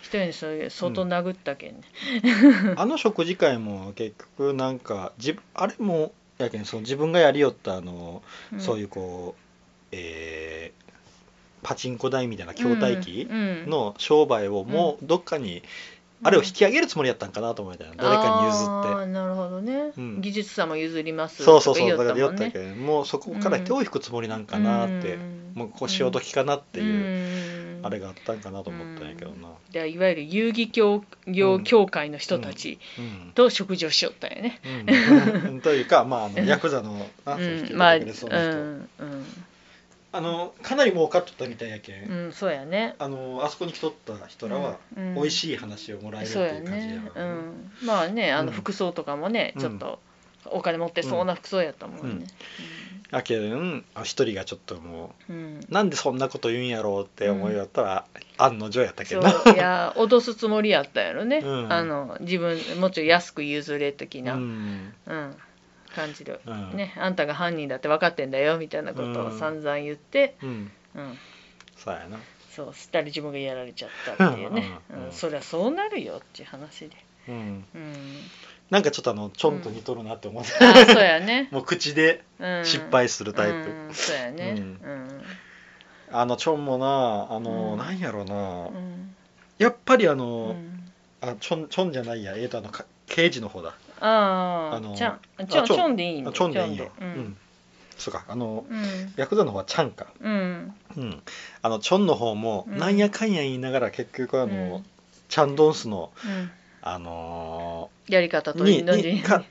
S2: 一人にそれ相当殴ったけんね、
S1: うんあの食事会も結局なんか自分あれもやけんその自分がやりよったあの、そういううこう、えーパチンコ台みたいな筐体機
S2: んうん
S1: の商売をもうどっかにあれを引き上げるつもりやったんかなと思ったよ誰かに譲
S2: あ
S1: って
S2: ーなるほどね、
S1: うん
S2: 技術者も譲ります
S1: そうそうそう
S2: と
S1: だから
S2: 言
S1: 酔
S2: お
S1: っ
S2: ったたもん
S1: け
S2: ね
S1: どもうそこから手を引くつもりなんかなって、
S2: ん
S1: もうこう潮時かなっていう、
S2: う
S1: あれ
S2: が
S1: があったんかなと思ったんやけどな、
S2: でいわゆる遊戯協業協会の人たち
S1: うん
S2: と食事をしよったよね、
S1: うん、というか、まあ、あのヤクザのな
S2: う
S1: その引き受
S2: ん、
S1: け
S2: まあう
S1: て
S2: ん
S1: くれそうな人、
S2: うん
S1: あのかなり儲かっとったみたいやけん、
S2: うんそうやね
S1: あのあそこに来とった人らは
S2: うん
S1: 美味しい話をもらえるって
S2: そうや
S1: いう感じや
S2: ね、う
S1: わ
S2: ん、まあねあ
S1: う
S2: の
S1: ん
S2: 服装とかもね、ちょっとお金持ってそうな服装やったもんね
S1: やけんあ一人がちょっとも
S2: うん、うん
S1: うなんでそんなこと言うんやろうって思いよったら、案の定やったけ
S2: そ
S1: ど
S2: う
S1: な
S2: いや脅すつもりやったやろね、
S1: うん
S2: あの自分もうちょい安く譲れ的な、
S1: う
S2: うん
S1: ん
S2: 感じで、
S1: うん
S2: ねあんたが犯人だって分かってんだよみたいなこと
S1: う
S2: を
S1: ん
S2: 散々言って、
S1: うん
S2: うん、
S1: そうやな
S2: そうすったり自分がやられちゃったっていうね、
S1: う
S2: うん
S1: うん
S2: んそりゃそうなるよっていう話で、
S1: うん
S2: うん、
S1: なんかちょっとあのちょんと似とるなって思って、
S2: あそうやね、
S1: もう口で
S2: うん、
S1: 失敗するタイプ、
S2: うん、そうやね、
S1: う
S2: うん
S1: あのちょんもなあの、
S2: うん
S1: なんやろな、
S2: うん
S1: やっぱりあ
S2: う
S1: の、
S2: ん
S1: あちょんちょんじゃないやえーとあのか刑事の方だ
S2: ああ
S1: あの
S2: ちゃんちょ
S1: あ
S2: ん
S1: ちょん
S2: ちょんでいいん
S1: あ
S2: だ
S1: ちょんでいいよ
S2: ちょ
S1: うんんそうかあの
S2: うん
S1: ヤクザの方はちゃんか
S2: うん
S1: うん、あのチョンの方も
S2: うん
S1: なんやかんや言いながら結局あの、
S2: うん
S1: チャンドンスの、
S2: うん
S1: あの
S2: やり方と
S1: に
S2: 同時
S1: にか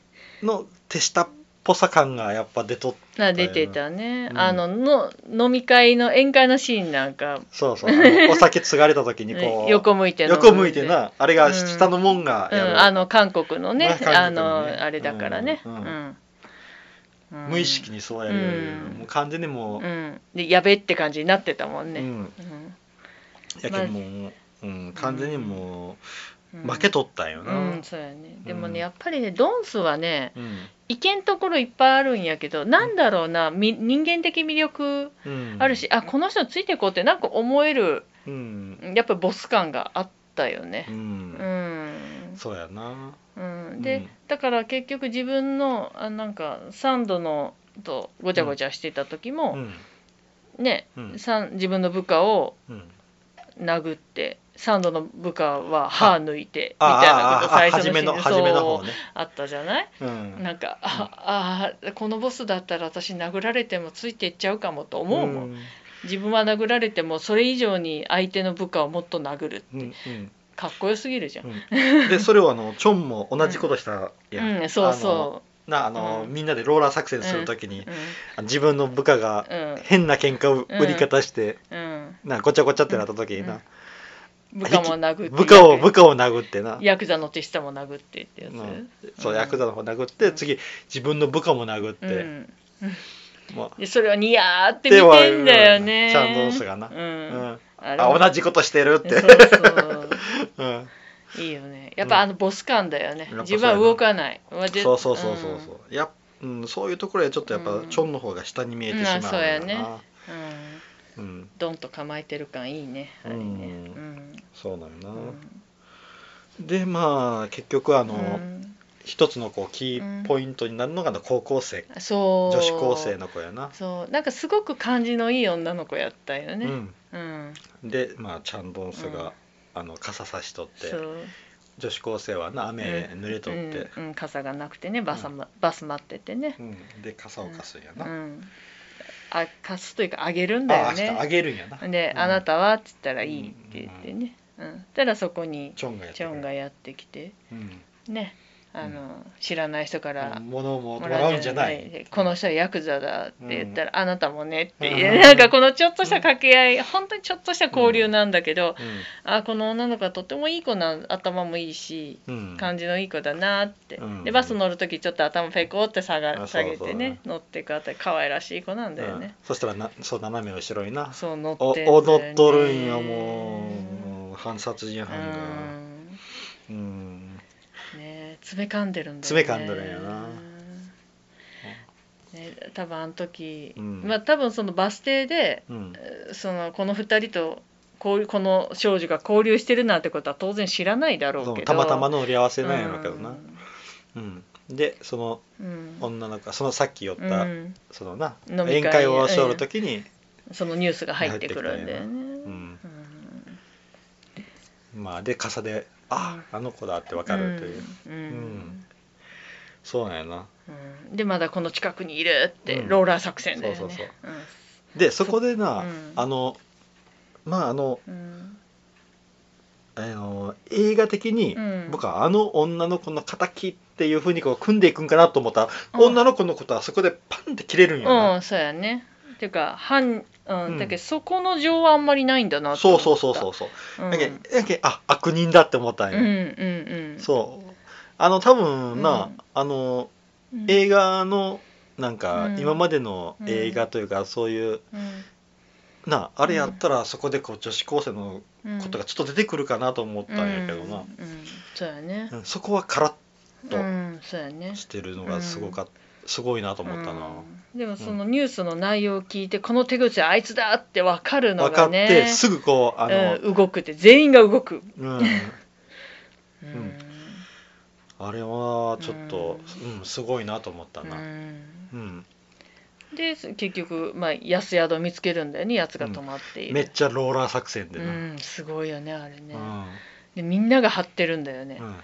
S1: の手下っぽさ感がやっぱ出とっ
S2: な出てたね、
S1: うん
S2: あのの飲み会の宴会のシーンなんか、
S1: そうそうあ のお酒継がれた時にこ
S2: ね
S1: う
S2: 横向いて飲む
S1: 横向いてなあれが下のもんが
S2: うん、
S1: やる、
S2: あの韓国のね,、
S1: まあ
S2: あ、
S1: 韓国のね
S2: のあれだからね、
S1: う
S2: うんんうん
S1: 無意識にそうやる、
S2: うん
S1: もう完全にも
S2: う
S1: う、
S2: ん、でやべって感じになってたも
S1: う
S2: ん
S1: ん
S2: ね、
S1: やけんもう、うん、完全にも
S2: うん
S1: う負けとったんよ
S2: う
S1: な、
S2: ん、そうやねでもね、
S1: うん
S2: やっぱりねドンスはね
S1: うん
S2: いけんところいっぱいあるんやけどなんだろうなみ人間的魅力
S1: うん
S2: あるし、あこの人ついてこうってなんか思える
S1: うん
S2: やっぱりボス感があったよ
S1: う
S2: ね。
S1: ん
S2: うん
S1: そうやな
S2: うん、で、
S1: うん
S2: だから結局自分のあなんかサンドのとごちゃごちゃしてた時
S1: う
S2: も、
S1: ん
S2: ね
S1: うん
S2: サン自分の部下を
S1: うん
S2: 殴ってサンドの部下は歯抜いてみ
S1: あ
S2: たいなこと
S1: ああ
S2: 最
S1: 初
S2: 初の
S1: め
S2: シ
S1: の
S2: ーン
S1: 初めの
S2: そ
S1: 方
S2: う
S1: ね。
S2: あったじゃない
S1: うん。
S2: なんかああこのボスだったら私殴られてもついていっちゃうかもと思うもん、
S1: ん
S2: 自分は殴られてもそれ以上に相手の部下をもっと殴る
S1: うんうん
S2: かっこよすぎるじゃん、
S1: うんでそれをあのチョンも同じことしたやん。
S2: うん、そうそ
S1: あのなあの、
S2: うん
S1: みんなでローラー作戦するときに
S2: う、、う
S1: 自分の部下が
S2: ん
S1: 変な喧嘩を売り方して、
S2: うんうん、
S1: なごちゃごちゃってなった時にな、
S2: 部下も殴って
S1: 部下を部下を殴ってな。
S2: ヤクザの手下も殴ってってやつ、
S1: うんそう
S2: うん
S1: ヤクザの方殴って次自分の部下も殴っ
S2: う
S1: て、
S2: ん、
S1: もう
S2: でそれをニヤーって見てんだよね
S1: ではうんちゃんと押すがな
S2: うん
S1: うん
S2: あ
S1: あ同じことしてるっ
S2: じ
S1: て、
S2: そうそう
S1: うん、
S2: いいよねやっぱあのボス感だよね、
S1: うん
S2: 自分は動かない
S1: そうそうそうそうそう、やっうん、そういうところでちょっとやっぱ、
S2: うん
S1: チョンの方が下に見えてしまう
S2: うんそうやね
S1: な
S2: うん、うん、
S1: うん、
S2: ドンと構えてる感いいねあれね
S1: うんそうなのな
S2: うん、
S1: でまあ結局あの、
S2: うん
S1: 一つのこうキーポイントになるのがあの高校生、
S2: そう
S1: 女子高生の子やな、
S2: そうなんかすごく感じのいい女の子やったよね、うん、
S1: うん、でまあチャンドンスが、
S2: うん
S1: あの傘差しとって
S2: そう
S1: 女子高生はな雨
S2: うん
S1: 濡れとって、
S2: うんうん、傘がなくてねバス,、まバス待っててね、
S1: うんで傘を貸すんや
S2: う
S1: な、
S2: ん、あ貸すというかあげるんだ
S1: あ
S2: よ
S1: あ明日あ
S2: ね
S1: げるんやな
S2: で「
S1: うん
S2: あなたは?」っつったら「いい」って言ってね、うんたらそこに
S1: チョンがやってく
S2: チョ
S1: れ
S2: ン
S1: る
S2: がやってきて
S1: うん
S2: ねあの、知らない人から
S1: うん物をも
S2: も
S1: らうんじゃない
S2: この人はヤクザだって言ったら、あなたもねっていう、
S1: うん
S2: なんかこのちょっとした掛け合い、本当にちょっとした交流なんだけど、
S1: う
S2: あこの女の子はとてもいい子なん頭もいいし
S1: んうん
S2: 感じのいい子だなって、
S1: うん
S2: でバス乗る時ちょっと頭ペコって下
S1: あ
S2: が
S1: そう
S2: 下
S1: そう
S2: げてね乗ってくあたり可愛らしい子なんだよ
S1: うん
S2: ね、
S1: そしたらなそう斜め後ろにな
S2: そう乗
S1: お
S2: ってんだよね
S1: 踊っとるんよもうもう反殺人
S2: う
S1: 犯が
S2: んね
S1: うん
S2: え詰め噛んでるんだ
S1: 詰め噛んでるんやな
S2: ね、多分あの時、
S1: うん
S2: まあ多分そのバス停で
S1: うん
S2: そのこの二人と交流この少女が交流してるなんてことは当然知らないだろう
S1: そう
S2: けど
S1: たまたま
S2: の
S1: の乗り合わせなんやろうけどなうんでその
S2: うん、
S1: 女の子そのさっき寄っ
S2: う
S1: た
S2: ん
S1: そのな
S2: 飲み
S1: 宴
S2: 会
S1: 会をしおる時に
S2: そのニュースが入ってくるんだよね。
S1: うんまあで傘でああの子だってわかるという、
S2: うんうん
S1: そうなんやな
S2: うんでまだこの近くにいるって、
S1: うん
S2: ローラー作戦だよね
S1: そうそうそう
S2: うん
S1: でそこでな、
S2: うん
S1: あのまああの
S2: うん
S1: あの映画的に
S2: うん
S1: 僕はあの女の子の敵っていうふうにこう組んでいくんかなと思ったら、
S2: うん
S1: 女の子のことはそこでパンって切れるんやな、
S2: うんそうやねっていうか犯、うん
S1: うん
S2: だけどそこの情はあんまりないんだな
S1: そうそうそうそううそう、
S2: う、うん、
S1: だけだけあ悪人だって思ったん
S2: うん
S1: や、
S2: うんうん
S1: そうあの多分な、
S2: うん
S1: あの
S2: うん
S1: 映画のなんか
S2: うん
S1: 今までの映画というかそういう、
S2: うん
S1: なあれやったらそこでこう女子高生のことがちょっと出てくるかなと思ったんやけど
S2: う
S1: な、
S2: んうんそうやね
S1: うんそこはカラッと
S2: うんそうやね
S1: してるのがすごかっすごいなと思ったな、
S2: うんでもそのニュースの内容を聞いてこの手口はあいつだって分かるの
S1: 分か
S2: が
S1: っ
S2: ね
S1: てすぐこうあの、
S2: うん、動くって全員が動く、
S1: うん
S2: うん
S1: んあれはちょっと、うんすごいなと思ったな、うん
S2: うんで結局、まあ、安宿見つけるんだよねやつが泊まっている、
S1: めっちゃローラー作戦でな、うん
S2: うん、すごいよねあれね、
S1: うん
S2: でみんなが張ってるんだよね
S1: う、ん
S2: うん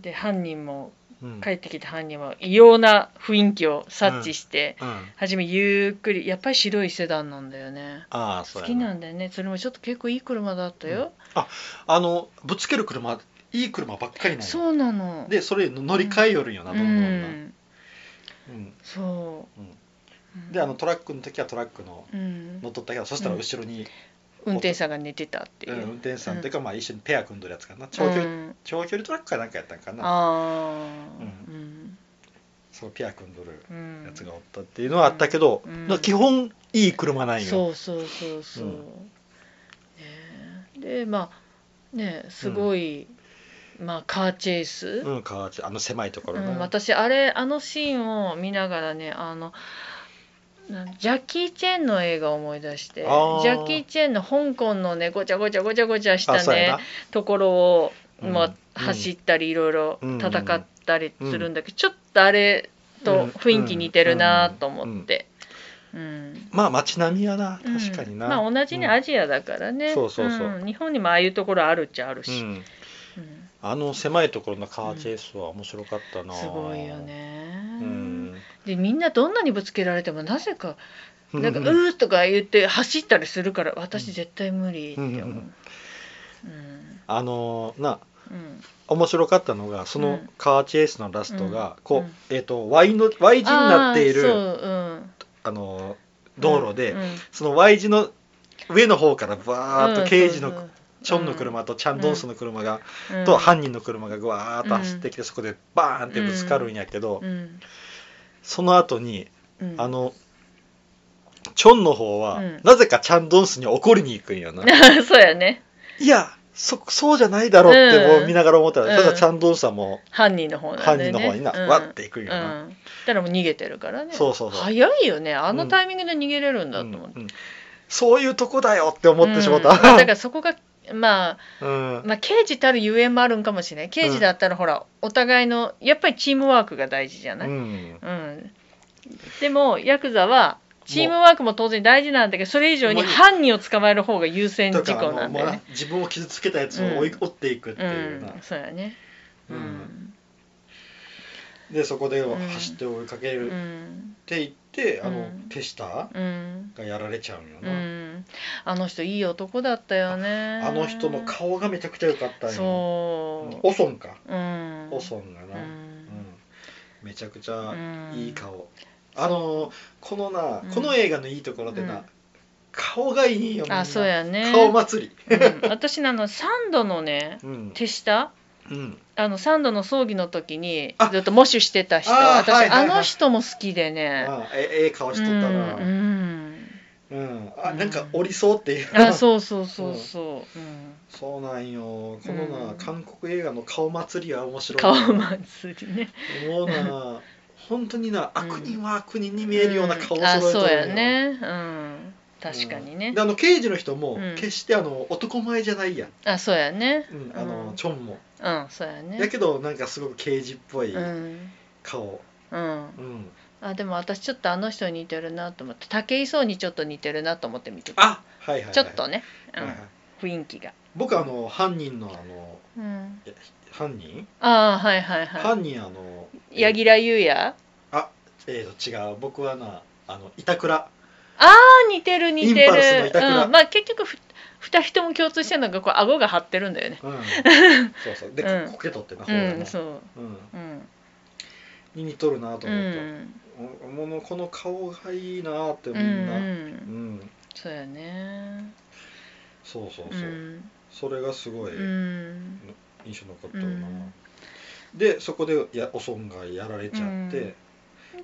S2: で犯人も
S1: うん
S2: 帰ってきた犯人も異様な雰囲気を察知して、
S1: あ
S2: はじめゆっくりやっぱり白いセダンなんだよね
S1: あそう
S2: 好
S1: や
S2: きなんだよねそれもちょっと結構いい車だったよ、
S1: あのぶつける車いい車ばっかりなんよ
S2: そうなの
S1: でそれ乗り換えよるんよな、
S2: う
S1: どんどんな、
S2: ん
S1: うん
S2: そうう、
S1: ん、であのトラックの時はトラックの
S2: うん、
S1: 乗っとったけどそしたら後ろに、
S2: 運転手さんが寝てたって
S1: う
S2: い
S1: ん
S2: う、
S1: 運転手さんという
S2: か
S1: か、まあ、一緒にペア組んどるやつかな長距離、長距離トラックかなんかやったんかな
S2: ああ
S1: う
S2: うん
S1: そうペア組んどる
S2: うん
S1: やつがおったっていうのはあったけど、
S2: うん
S1: な基本いい車なんよ
S2: そうそうそうそう、
S1: うん
S2: ねえでまあねえすごい、まあカーチェイス、
S1: うん、川内あの狭いところ
S2: う
S1: な、
S2: ん、私あれあのシーンを見ながらねあのなジャッキー・チェンの映画を思い出してジ
S1: あー
S2: ャッキー・チェンの香港のねごちゃごちゃごちゃごちゃし
S1: あ
S2: た
S1: そうや
S2: ね
S1: な
S2: ところを、
S1: うん
S2: ま
S1: う
S2: あ
S1: ん、
S2: 走ったりいろいろ
S1: うん
S2: 戦ったりするんだけど、ちょっとあれと雰囲気似てるなと思って。うん
S1: まあ街並みやな
S2: うん
S1: 確かにな、
S2: まあ同じね、
S1: うん
S2: アジアだからね
S1: そうそうそうん
S2: 日本にもああいうところあるっちゃある
S1: う
S2: し、
S1: ん
S2: うん
S1: あの狭いところのカーチェイスは面白かったな、
S2: すごいよね、
S1: うん
S2: でみんなどんなにぶつけられてもなぜか なんか「う
S1: うん
S2: ー」とか言って走ったりするから私絶対無理って思う。
S1: うん
S2: うん
S1: あのな
S2: うん
S1: 面白かったのがそうの
S2: ん
S1: カーチェイスのラストが、こう、
S2: うん
S1: えっ、と Y の Y 字になってい
S2: あーそ
S1: るあ、
S2: ううん
S1: の道路で、
S2: うんうん
S1: その Y 字の上の方からバーっ
S2: う
S1: と
S2: ん
S1: 刑事
S2: そう
S1: の
S2: そう
S1: チョンの車とチャンドンスの車が、
S2: うん
S1: と犯人の車がわーっと走ってきてそこでバーンってぶつかるんやけど、
S2: うん
S1: その後に
S2: うん
S1: あのチョンの方は、
S2: うん
S1: なぜかチャンドンスに怒りに行くんや な
S2: そうやね
S1: いやそそうじゃないだろうって
S2: う
S1: も
S2: ん
S1: う見ながら思ったら、
S2: うん
S1: ただチャンドンスはも
S2: 犯人の方
S1: う
S2: なん
S1: 犯
S2: で、ね、
S1: 人の方にな、
S2: うん
S1: わって行くん
S2: うん
S1: やな、
S2: たらもう逃げてるからね
S1: そうそうそう
S2: 早いよねあのタイミングで逃げれるんだと思って、
S1: うんうんそういうとこだよって思ってしまっ
S2: うんまあだか
S1: た、
S2: らそこがまあ
S1: うん
S2: まあ、刑事たるゆえんもあるんかもしれない刑事だったらほら、お互いのやっぱりチームワークが大事じゃない、
S1: う
S2: うん
S1: ん
S2: でもヤクザはチームワークも当然大事なんだけどそれ以上に
S1: もう
S2: 犯人を捕まえる方が優先
S1: だ
S2: 事
S1: から
S2: 項
S1: あの
S2: なんだよ
S1: もう
S2: ね。
S1: な自分を傷つけたやつを追い、
S2: うん
S1: 追っていくって
S2: う
S1: いうんな、、
S2: そうやね。う
S1: うん
S2: ん、
S1: でそこで
S2: うん
S1: 走って追いかけ
S2: う
S1: るっ
S2: ん、
S1: て言って、あ
S2: う
S1: の
S2: ん
S1: ペシタ
S2: うん、
S1: がやられちゃうんよ
S2: う
S1: な、
S2: ん、あの人いい男だったよね。
S1: あの人の顔がめちゃくちゃ良かったんよ
S2: そう。
S1: オソンか
S2: うん。
S1: オソンが
S2: う
S1: な、うん
S2: ん。
S1: めちゃくちゃ
S2: うん
S1: いい。顔、あのこのな、
S2: うん
S1: この映画のいいところでな、
S2: うん
S1: 顔がいいんよみんな
S2: あ、そうやね。
S1: 顔祭り
S2: うん私ねあのサンドのね
S1: うん、
S2: 手下
S1: うん、
S2: あのサンドの葬儀の時に
S1: あ
S2: ずっと喪主してた人
S1: あー
S2: 私、
S1: はいはいはい
S2: あの人も好きでね
S1: あえええ顔しとったな、
S2: うんうん
S1: うん、あなんかおりそうっていう、
S2: あそうそうそうそう、うん
S1: そうなんよこのな、
S2: うん
S1: 韓国映画の顔祭りは面白い
S2: 顔
S1: な
S2: 祭りね
S1: もうな本当にな
S2: うん
S1: 悪人は悪人に見えるような顔を揃え
S2: あそう
S1: てる
S2: やねうん確かにね
S1: であの刑事の人も
S2: うん
S1: 決してあの男前じゃないやん、
S2: あそうやね
S1: うんあの
S2: うん
S1: チョンも
S2: うんそうやね
S1: やけどなんかすごく刑事っぽい
S2: うん
S1: 顔
S2: うん
S1: うん、
S2: あでも私ちょっとあの人に似てるなと思って武井壮にちょっと似てるなと思って見てた
S1: あはいはい、はい、
S2: ちょっとね、
S1: はいはい、
S2: うん、雰囲気が
S1: 僕あの犯人のあの
S2: うん、
S1: 犯人、
S2: ああはいはいは
S1: 犯人あの
S2: い柳楽優也
S1: えー、と違う僕はなあの板倉
S2: あ似てる似て
S1: インパルスの
S2: る
S1: 板倉
S2: うん、まあ結局ふ二人とも共通してるのがこう顎が張ってるんだよね
S1: うん そうそうで、
S2: うん
S1: コケ取ってな方
S2: う
S1: がなん
S2: そう
S1: うん
S2: うん
S1: に似とるなと
S2: う
S1: 思った、
S2: ん
S1: おものこの顔がいいなって
S2: うん
S1: み
S2: うん
S1: な、うん
S2: んそうやね
S1: そうそう
S2: う
S1: そう、
S2: ん
S1: それがすごい
S2: うん
S1: 印象に残ったよな、
S2: うん
S1: でそこでやおそんがやられちゃって、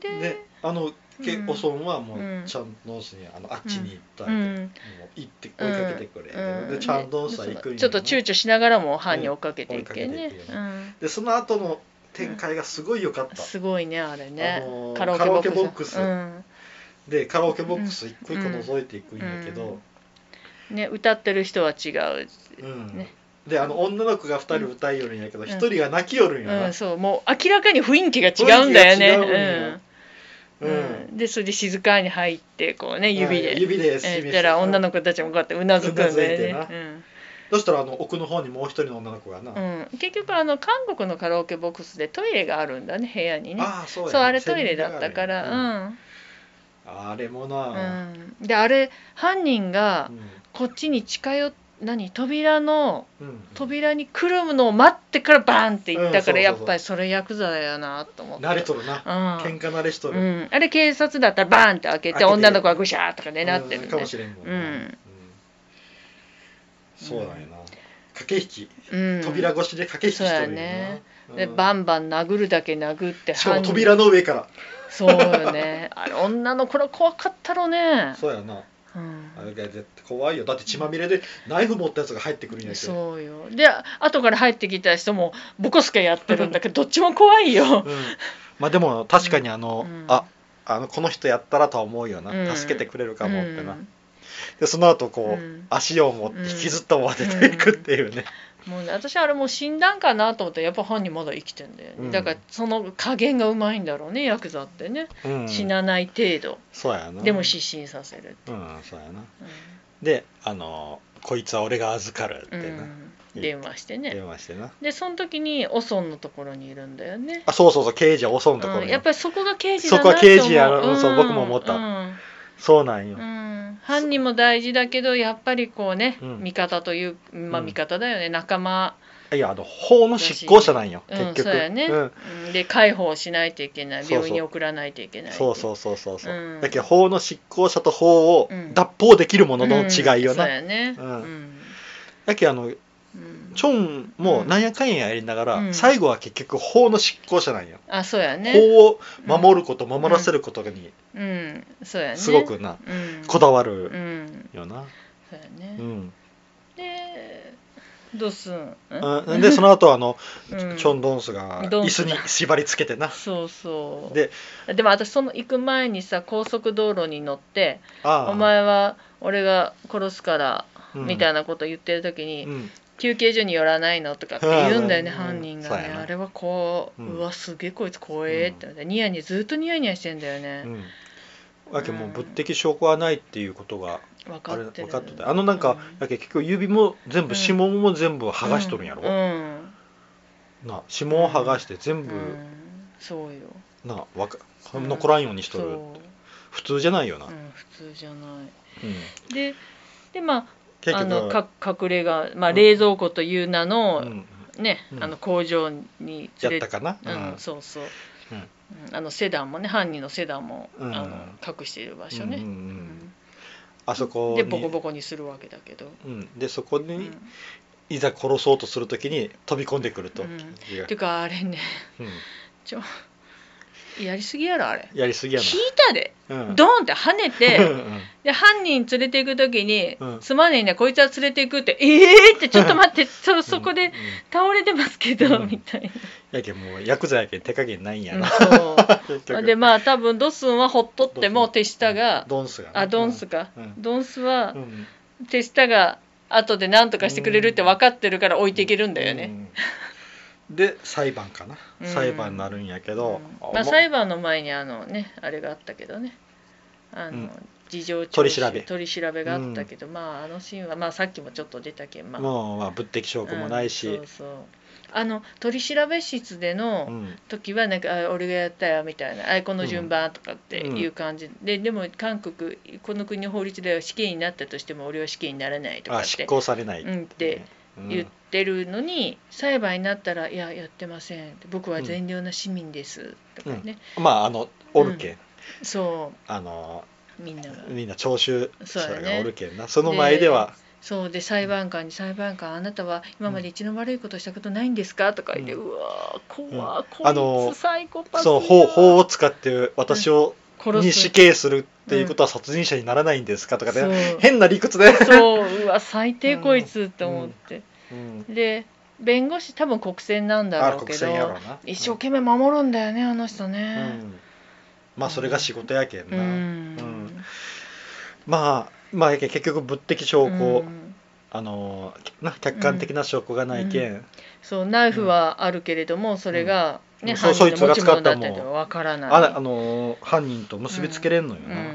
S1: で
S2: で
S1: あのけ、
S2: うん
S1: おそんはも
S2: う
S1: うんちゃんとのすにあのあっちに行ったわ
S2: う
S1: け、も
S2: ん
S1: う行って追いかけてくれ、
S2: うん
S1: でちゃんとのさ行くんやな
S2: ちょっと躊躇しながらも犯人追っかけていけ
S1: うん追い
S2: ね
S1: かけていく
S2: う
S1: よ
S2: ん
S1: でその後の展開がすごい良かった、
S2: すごいねあれ
S1: あ
S2: ね
S1: のー
S2: カラオケボックス
S1: カラ
S2: うん
S1: でカラオケボックス一個一個覗いていくんやけど、
S2: ね歌ってる人は違う
S1: うん
S2: ね
S1: であの女の子が2人歌いよるんやけど
S2: うん
S1: 一、人が泣きよるんやな、
S2: うん、そうもう明らかに雰囲気が違うんだよ
S1: 雰囲気が違うん
S2: ね
S1: よ。
S2: うん
S1: うん
S2: でそれで静かに入ってこうね指
S1: はい
S2: で。
S1: 指で示
S2: え
S1: し
S2: ー
S1: て
S2: ったら女の子たちもこうやってうなずくんだよ
S1: うなずいて
S2: ね。
S1: そしたらあの奥の方にもう一人の女の子がな、
S2: うんうん、結局あの韓国のカラオケボックスでトイレがあるんだね部屋にね。
S1: ああそうや
S2: そうあれトイレだったから、
S1: うん
S2: うん
S1: あれもな、
S2: うんであれ犯人が
S1: うん
S2: こっちに近寄っ何扉の
S1: うん
S2: 扉に来るのを待ってからバーンって行っ
S1: う
S2: たから
S1: んそうそう
S2: や
S1: そう
S2: っぱりそれヤクザだよなと思って。
S1: 慣れとるな、
S2: うん
S1: 喧嘩慣れしと
S2: う
S1: る、
S2: ん、あれ警察だったらバーンって開けて
S1: 開けて
S2: 女の子がぐしゃーとかねなって
S1: う
S2: る
S1: ん
S2: ね
S1: かもしれんもんな、
S2: うん
S1: そうなんやな駆け引き
S2: うん、
S1: 扉越しで駆け引きしてるんやな、うん
S2: でバンバン殴るだけ殴って
S1: しかも
S2: 犯人
S1: 扉の上から、
S2: そうよねあれ女の子ら怖かったろうね
S1: そうやな
S2: うん
S1: あれが絶対怖いよだって血まみれでナイフ持ったやつが入ってくるんやけど
S2: そうよで後から入ってきた人もボコスケやってるんだけどどっちも怖いよ、
S1: うん、まあでも確かにあの、
S2: うん
S1: ああのこの人やったらとは思うよな、
S2: うん
S1: 助けてくれるかもってな、
S2: うん
S1: でその後こう、
S2: うん
S1: 足を持って引きずったまま出ていくっていうね、
S2: もうね私あれもう死んだんかなと思ったらやっぱ犯人まだ生きてんだよね、
S1: うん
S2: だからその加減がうまいんだろうねヤクザってね、
S1: うん
S2: 死なない程度
S1: そうやな
S2: でも失神させる、
S1: うんそうやな
S2: う
S1: であのこいつは俺が預かるって
S2: ん
S1: な、
S2: うん、電話してね
S1: 電話してな
S2: でその時にオソンのところにいるんだよね。
S1: あそうそうそう刑事は襲うところ、
S2: う、
S1: うん
S2: やっぱりそこが刑事
S1: そ
S2: だな
S1: こは刑事やろ
S2: と思
S1: そう僕も思った
S2: うん
S1: そうなんよ、
S2: うん犯人も大事だけどやっぱりこうね、
S1: うん
S2: 味方というまあ
S1: うん
S2: 味方だよね、仲間、
S1: いやあの法の執行者なんよ
S2: うん、
S1: 結局、
S2: そうやね、
S1: うん
S2: うんで介抱しないといけない
S1: そうそう
S2: 病院に送らないといけない
S1: そうそううそうそうそう、
S2: うん
S1: だけど法の執行者と法を
S2: うん
S1: 脱法できるものの違いよ
S2: ん、そ
S1: な、
S2: うやね
S1: う
S2: うんん、
S1: だけどあの
S2: うん
S1: チョンもなんやかんややりながら、
S2: うん
S1: 最後は結局法の執行者なんよ、
S2: あそうやね
S1: 法を守ること、守らせることに
S2: うんそうやね
S1: すごくな、
S2: うん
S1: こだわ
S2: う
S1: る
S2: ん
S1: よな、
S2: そうやね、
S1: うん
S2: でどうすんん
S1: うんでその後あの、
S2: うん
S1: チョン・ドンスが
S2: ド
S1: 椅
S2: ン
S1: 子
S2: ス
S1: に
S2: だ
S1: 縛り付けてな
S2: そうそう
S1: で
S2: でも私その行く前にさ高速道路に乗って
S1: 「
S2: 「
S1: ああ
S2: お前は俺が殺すから」
S1: うん
S2: みたいなこと言ってる時に「
S1: うん
S2: 休憩所に寄らないの?」とかって言うんだよね
S1: うん
S2: 犯人が
S1: そう
S2: ね
S1: やな
S2: あれはこう、
S1: う
S2: うんわすげえこいつ怖えって、ニヤニヤずっとニヤニヤしてんだよね、
S1: うん、わけもう物的証拠はないっていうことが
S2: 分か
S1: あれ
S2: って
S1: 分
S2: る
S1: かってたあのなんか、
S2: うん
S1: だけど結局指も全部
S2: うん
S1: 指紋も全部剥がしとるんやろ、
S2: うん、
S1: な指紋を剥がして全部、
S2: うんそうよ
S1: なわか
S2: うん
S1: 残らんようにしと
S2: そう、
S1: る、
S2: う
S1: 普通じゃないよな、うん
S2: ん、普通じゃないででまあ
S1: 結
S2: あ
S1: 局
S2: の
S1: は
S2: か隠れが、ま
S1: う
S2: あ、
S1: ん
S2: 冷蔵庫という名の、
S1: うん、
S2: ね、
S1: うん
S2: あの工場に
S1: やっ
S2: 連れ
S1: たかな、
S2: うんそうそう、
S1: う
S2: うんあのセダンもね犯人のセダンも、
S1: うん
S2: あの隠している場所
S1: うんう
S2: ね、
S1: んう、
S2: うん
S1: あそこ
S2: ん
S1: に
S2: でボコボコにするわけだけど、
S1: うん、でそこ
S2: うん
S1: にいざ殺そうとするときに飛び込んでくると、
S2: うん
S1: いや
S2: ていうかあれね
S1: うん
S2: やりすぎやろあれ
S1: やりすぎや
S2: 引いたで
S1: な、うん、
S2: ドーンって跳ね
S1: う
S2: て
S1: んうん
S2: で犯人連れて行く時に「
S1: うん
S2: すまねえねこいつは連れて行く」って「ええー!」ってちょっと待 ってそそこ
S1: う
S2: で
S1: んうん
S2: 倒れてますけど、
S1: うん
S2: みたいな。
S1: やけんもうヤクザやけん手加減ないんや
S2: うん
S1: な、
S2: そう
S1: 結局
S2: でまあ多分ドスンはほっとっても手下が
S1: ドンスがね
S2: あドンスか、
S1: うん
S2: ドンスは
S1: うんうん
S2: 手下が後で何とかしてくれるって分かってるから置いていけるんだよね。
S1: うんで裁判かな、
S2: うん
S1: 裁判になるんやけど、
S2: うんまあ、裁判の前にあのねあれがあったけどねあの、
S1: うん
S2: 事情聴
S1: 取
S2: 取
S1: り調べ
S2: 取り調べがあったけど、まああのシーンは、まあ、さっきもちょっと出たけんまあ
S1: もうまあ物的証拠もないし、
S2: うんそうそうあの取り調べ室で
S1: う
S2: の
S1: ん
S2: 時はなんか、あ俺がやったよみたいなあこの順番とかっていう感じ、ででも韓国この国の法律では死刑になったとしても俺は死刑にならないとか
S1: あ
S2: っ
S1: 執
S2: て
S1: 行されない
S2: うんって
S1: うん
S2: 言ってるのに、裁判になったら「いややってません」僕は善良な市民です」とかね、
S1: まああのおるけん、
S2: そ
S1: あの
S2: うみんなが。
S1: みんな聴衆
S2: そうやね
S1: 者がおるけんなその前では
S2: そうで裁判官に裁判官あなたは今まで一度も悪いことしたことないんですかとか言って、
S1: う
S2: うわー怖ー、
S1: あの
S2: こいつサイコパス
S1: その法法を使って私を
S2: 殺
S1: に
S2: す
S1: 死刑するっていうことは殺人者にならないんですかとかね、変な理屈で、
S2: そうそううわ最低こいつと思って、
S1: うん、
S2: で弁護士多分国選なんだ
S1: あ
S2: ろう
S1: 国
S2: け
S1: 選やろ
S2: ど
S1: うな
S2: 一生懸命守るんだよねあの人
S1: う
S2: ね
S1: ん、まあそれが仕事やけん
S2: う
S1: な、
S2: ん、
S1: まあまあやけん結局物的証拠、
S2: うん
S1: あのな客観的な証拠がないけん、
S2: そうナイフはあるけれども、それが、ね
S1: うん
S2: 犯
S1: そう
S2: 人の
S1: そいつ
S2: 持ち
S1: が使
S2: 物
S1: った
S2: だ
S1: も
S2: ったりとかわからない
S1: ああの犯人と結びつけれんのよ
S2: う
S1: な、うん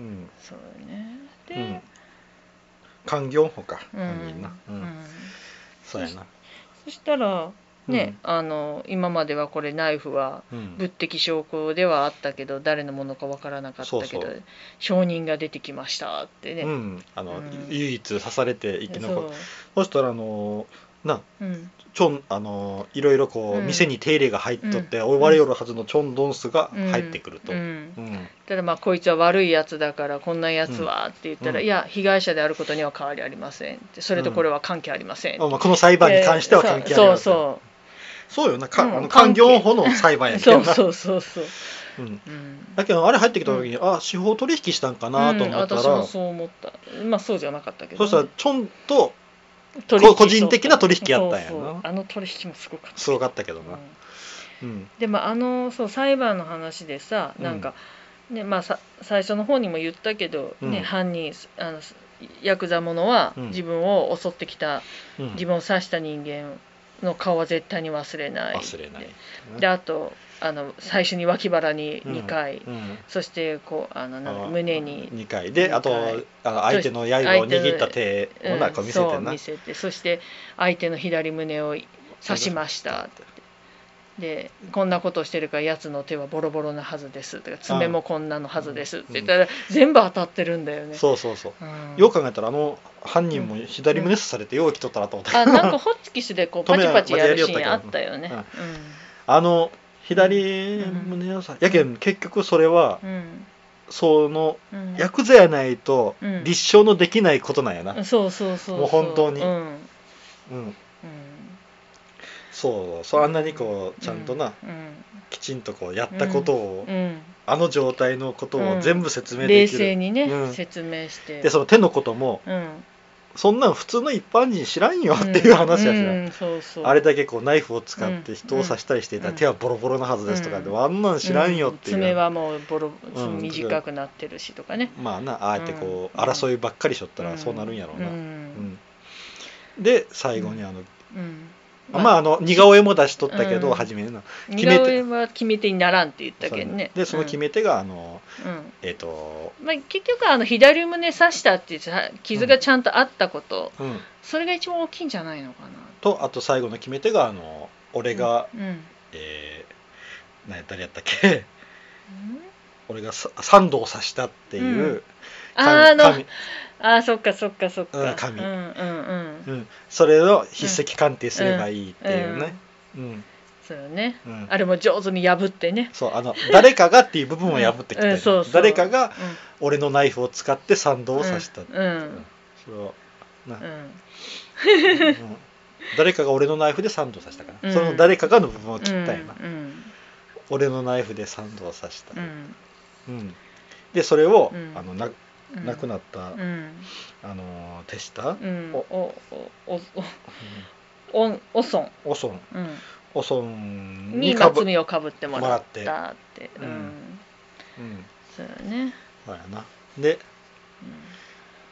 S2: んそうよねで、
S1: うん官業法か、
S2: うん
S1: 犯人な、うん
S2: うん
S1: そうやな、
S2: そしたらね、あの今まではこれナイフは
S1: うん
S2: 物的証拠ではあったけど誰のものかわからなかったけど
S1: そうそう
S2: 証人が出てきましたってね、
S1: うんあの
S2: うん
S1: 唯一刺されて生き残るそ
S2: そ
S1: したらあのな
S2: う、うん、
S1: ちょんあのいろいろこう、
S2: うん
S1: 店に手入れが入っとって、
S2: うん
S1: 追われよるはずのチョン・ドンスが入ってくると、
S2: う
S1: うん
S2: ん、ただまあこいつは悪いやつだからこんなやつはって言ったら、
S1: うん
S2: いや被害者であることには変わりありませんってそれとこれは関係ありません、
S1: あまあ、この裁判に関しては関係ありません、
S2: でそう
S1: そうよなか、
S2: うん
S1: あの官業法の裁判やけ
S2: そ
S1: ど
S2: う
S1: な
S2: そうそうそうそう、
S1: うん、
S2: うん、
S1: だけどあれ入ってきた時に、あ司法取引したんかなと思ったら、
S2: うん、私もそう思ったまあそうじゃなかったけど
S1: そ
S2: ね、
S1: したらチョンと
S2: 取引
S1: こ個人的な取引やったんやな
S2: そうそうあの取引もすごかった
S1: すごかったけど
S2: う、
S1: なんうん
S2: でもあのそう裁判の話でさなんか、ねまあ、さ最初の方にも言ったけど、
S1: うん
S2: ね、犯人あのヤクザ者は
S1: うん
S2: 自分を襲ってきた、
S1: うん、
S2: 自分を刺した人間の顔は絶対に忘れない
S1: 忘れない、
S2: であとあの最初に脇腹に2回、
S1: うん、
S2: そしてこうあのなんだ
S1: あ
S2: 胸に
S1: 2回であと
S2: 二回
S1: あの相手の刃を握った手をな
S2: うん
S1: か見せて
S2: そう
S1: な、
S2: 見せてそして相手の左胸を刺しましたでこんなことしてるからやつの手はボロボロなはずですとか爪もこんなのはずですって言ったら全部当たってるんだよね。
S1: そうそうそう
S2: うん
S1: よく考えたらあの犯人も左胸刺されてよう来とったなと思った、
S2: あなんかホッチキスでこ う
S1: 止
S2: パ
S1: め
S2: チ
S1: な
S2: パチや
S1: ま
S2: る
S1: たや
S2: シ
S1: りよっ
S2: ーン
S1: た
S2: あっ
S1: けど
S2: たよね。
S1: あの左胸を刺やけん結局それは
S2: うんうん
S1: その
S2: うん
S1: ヤクザやないと
S2: うん
S1: 立証のできないことなんやな、
S2: そうそうそうそ
S1: もう本当に
S2: うんうん
S1: うん、そうそうあんなにこうちゃんとな、きちんとこうやったことを、
S2: うんうん
S1: あの状態のことを全部説明で
S2: 冷
S1: き
S2: 静
S1: る、
S2: にね、
S1: うん
S2: 説明して
S1: でその手のことも
S2: うん
S1: そんなん普通の一般人知らんよ っていう話やしな、
S2: うんそうそう
S1: あれだけこうナイフを使って人を刺したりしていたら
S2: うん
S1: 手はボロボロなはずですとかでもあんなん知らんよっていう、
S2: 爪はもうボロ
S1: うん
S2: 短くなってるしとかね、
S1: まあなああえてこう
S2: うん
S1: 争いばっかりしょった
S2: う
S1: ら
S2: ん
S1: そうなるんやろうな、
S2: う
S1: うん
S2: ん
S1: で最後にあの、
S2: うん
S1: あまああの似顔絵も出しとったけど、
S2: うん
S1: 初めにな
S2: 似
S1: 決め手
S2: 顔絵は決め手にならんって言ったけんね
S1: そうでその決、め手があの
S2: うんうん
S1: えっ、と
S2: まあ、結局あの左胸刺したっていうさ傷がちゃんとあったこと、
S1: うん
S2: それが一番大きいんじゃないのかな
S1: とあと最後の決め手があの俺が、
S2: うんうん
S1: えー、何や誰やったっけ 俺がさ三度を刺したっていう、
S2: あーあ
S1: 神
S2: のあーそっかそっかそっか、
S1: うん神
S2: うんうんうん
S1: 神うん、それを筆跡鑑定すればいいっていう
S2: うん
S1: ね、うん
S2: そうよね
S1: うん
S2: あれも上手に破ってね、
S1: そうあの誰かがっていう部分を破ってきて、
S2: うんうんそうそう
S1: 誰かが
S2: うん、
S1: 俺のナイフを使って三度を刺した、
S2: うんうん
S1: それをな、
S2: う
S1: うん
S2: ん
S1: 誰かが俺のナイフで三度刺したから、
S2: うん
S1: その誰かがの部分を切ったよな、
S2: うん
S1: 俺のナイフで三度を刺した、
S2: うん
S1: うんでそれを、
S2: うん
S1: あのな
S2: うん、
S1: 亡く
S2: っ
S1: なった、
S2: うん
S1: あの手下、
S2: うん、
S1: お
S2: おおおおおおそん、
S1: オソン
S2: う
S1: オソン
S2: ん、に
S1: にかぶ、
S2: 罪をかぶってもらった
S1: も
S2: って、
S1: う
S2: うんん
S1: うん、
S2: そうよね、
S1: そうやなで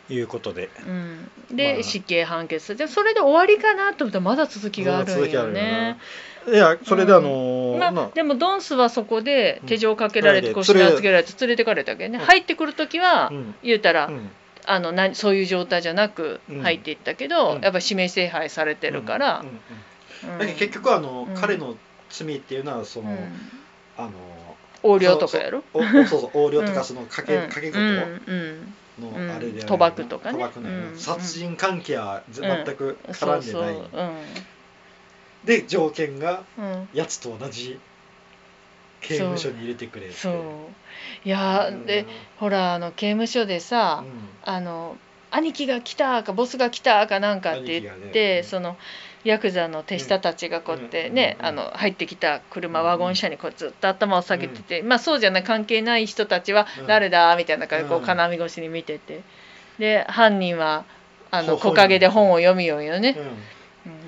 S2: う
S1: いうことで
S2: うん、で、
S1: まあ
S2: 死刑判決でそれで終わりかなと思ったらまだ続きがあるんよね。
S1: いやそれであのー
S2: ま
S1: な
S2: あ、でもドンスはそこで手錠かけられて
S1: うん
S2: 腰縄つけられて連れてかれたわけね、
S1: うん
S2: 入ってくる時は、
S1: うん
S2: 言うたら、
S1: うん
S2: あのなそういう状態じゃなく
S1: うん
S2: 入っていったけど、
S1: うん
S2: やっぱ指名手配されてるから、
S1: うんうん
S2: うん
S1: だけど結局あの、
S2: うん
S1: 彼の罪っていうのはその、
S2: うん
S1: あの
S2: 横領とかやろ
S1: おそうそう横領と
S2: う
S1: か
S2: ん
S1: その賭け,、
S2: うん
S1: 賭け
S2: う
S1: 事
S2: んうん
S1: の
S2: うん
S1: あれで、
S2: 賭博とかね
S1: 賭博のような
S2: うん
S1: 殺人関係はぜ
S2: うん
S1: 全く
S2: そう
S1: 絡んで
S2: そう
S1: ない、
S2: う
S1: で条件が
S2: んうん
S1: やつと同じ刑務所に入れてくれって
S2: そういやーで、ほらあの刑務所でさ、
S1: う
S2: あの兄貴が来たかボスが来たかなんかって言っ
S1: 兄貴が
S2: て、
S1: ねうん
S2: そのヤクザの手下たちがこうやってね、
S1: うんうん
S2: あの入ってきた車ワゴン車にこうずっと頭を下げてて、まあそうじゃない関係ない人たちは
S1: うん
S2: 誰だみたいな感じでこう
S1: うん
S2: 金網越しに見ててで犯人はあの
S1: ほ本人
S2: 木陰で本を読みようよね
S1: ん、うん
S2: うん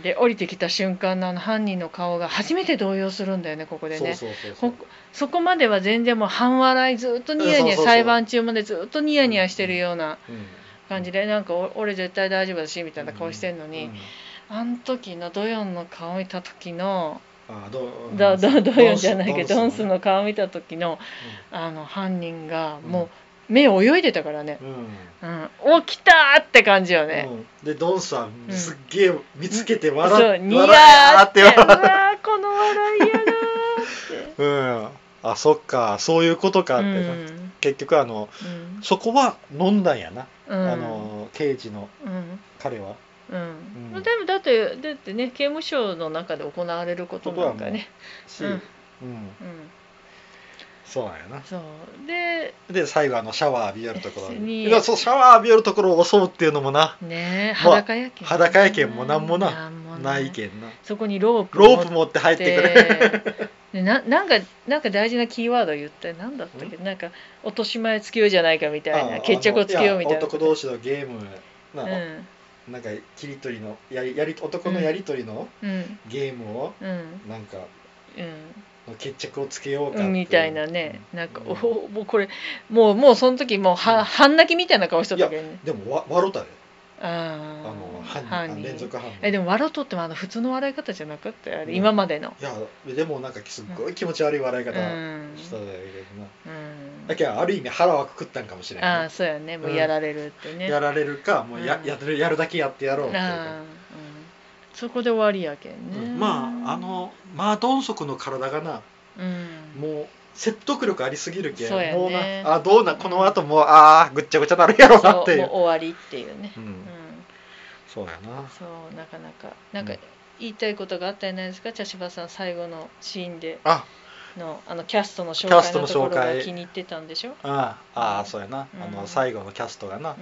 S2: で降りてきた瞬間のあの犯人の顔が初めて動揺するんだよねここでね。
S1: そうそうそうそう
S2: こそこまでは全然もう半笑いずっとニヤニ
S1: うんそうそう
S2: ヤ
S1: そう
S2: 裁判中までずっとニヤニヤしてるような
S1: うん
S2: 感じでなんかお俺絶対大丈夫だしみたいな顔してんのに、
S1: うん
S2: あの時のドヨンの顔見た時の、
S1: あどう
S2: だだドヨンじゃないけどド
S1: ド
S2: ン
S1: ン
S2: ス
S1: ス
S2: の顔見た時のあの犯人がもう目泳いでたからね
S1: う、ん、うん
S2: うん、お来たーって感じよね。
S1: うん、でドンさん、
S2: うん
S1: すっげえ見つけて笑っ
S2: そう
S1: 笑
S2: ニヤーってうわーこの笑いやだーっ て。
S1: うんあそっかそういうことか
S2: う
S1: っ
S2: ん
S1: てな、結局あの
S2: うん
S1: そこは飲んだんやな、
S2: うん
S1: あの刑事の
S2: うん
S1: 彼は
S2: うん
S1: うん
S2: でもだってだってね刑務所の中で行われることなんかね、
S1: し、
S2: うん
S1: うん
S2: うん、
S1: そうなんやな
S2: そうで
S1: で最後あのシャワー浴びよるところ
S2: に
S1: いやそうシャワー浴びよるところを襲うっていうのもな
S2: ねえ
S1: まあ
S2: 裸やけん、
S1: 裸やけんもなんもなない
S2: ん
S1: けんな
S2: そこにロープ
S1: ロープ持って入
S2: っ
S1: ってくる
S2: でななんかなんか大事なキーワード言ってなんだったっけなんか落とし前つけようじゃないか みたいな決着をつけようみたいな
S1: や男同士のゲームな,、
S2: うん
S1: なんか切り取りのやりやり男のやり取りの
S2: うん
S1: ゲームを
S2: うん
S1: なんか
S2: うん
S1: の決着をつけようかって
S2: う
S1: うん
S2: みたいなねなんか、
S1: う
S2: おおもうこれもうもうその時もうは半泣きみたいな顔しとったけどね
S1: でもわ笑うたであ
S2: あ
S1: の
S2: ー
S1: 犯人あ連続犯人
S2: えでも笑うとってもあの普通の笑い方じゃなかったよあれ、
S1: うん
S2: 今までの
S1: いやでもなんかすっごい気持ち悪い笑い
S2: うん、
S1: 方しただけどな、
S2: うん
S1: だけどある意味腹はくくったんかもしれ
S2: あ
S1: な
S2: あ
S1: い
S2: そうやねもううんやられるってね、
S1: やられるかもうや,、
S2: うん
S1: やるやるだけやってやろうっていう
S2: あー
S1: か、
S2: うん、そこで終わりやけん
S1: う
S2: ね、
S1: んまああのマードンソクの体がな
S2: うん
S1: もう説得力ありすぎるけん
S2: そうやね
S1: もうなあどうなこの後もうああぐっちゃぐちゃなるやろう
S2: そう
S1: な
S2: も
S1: っ
S2: う
S1: てい
S2: 終
S1: う、
S2: わりっていうね
S1: う、
S2: うん
S1: ん、そうやな
S2: そうなかなかなんか
S1: うん
S2: 言いたいことがあったじゃないですか茶芝さん最後のシーンで
S1: あ
S2: のあのキャストの
S1: キャ
S2: 紹介
S1: スト
S2: の
S1: の
S2: ところ
S1: 紹介
S2: が気に入ってたんでしょ、
S1: あーあーそうやな、
S2: うん
S1: あの最後のキャストがな
S2: う、ん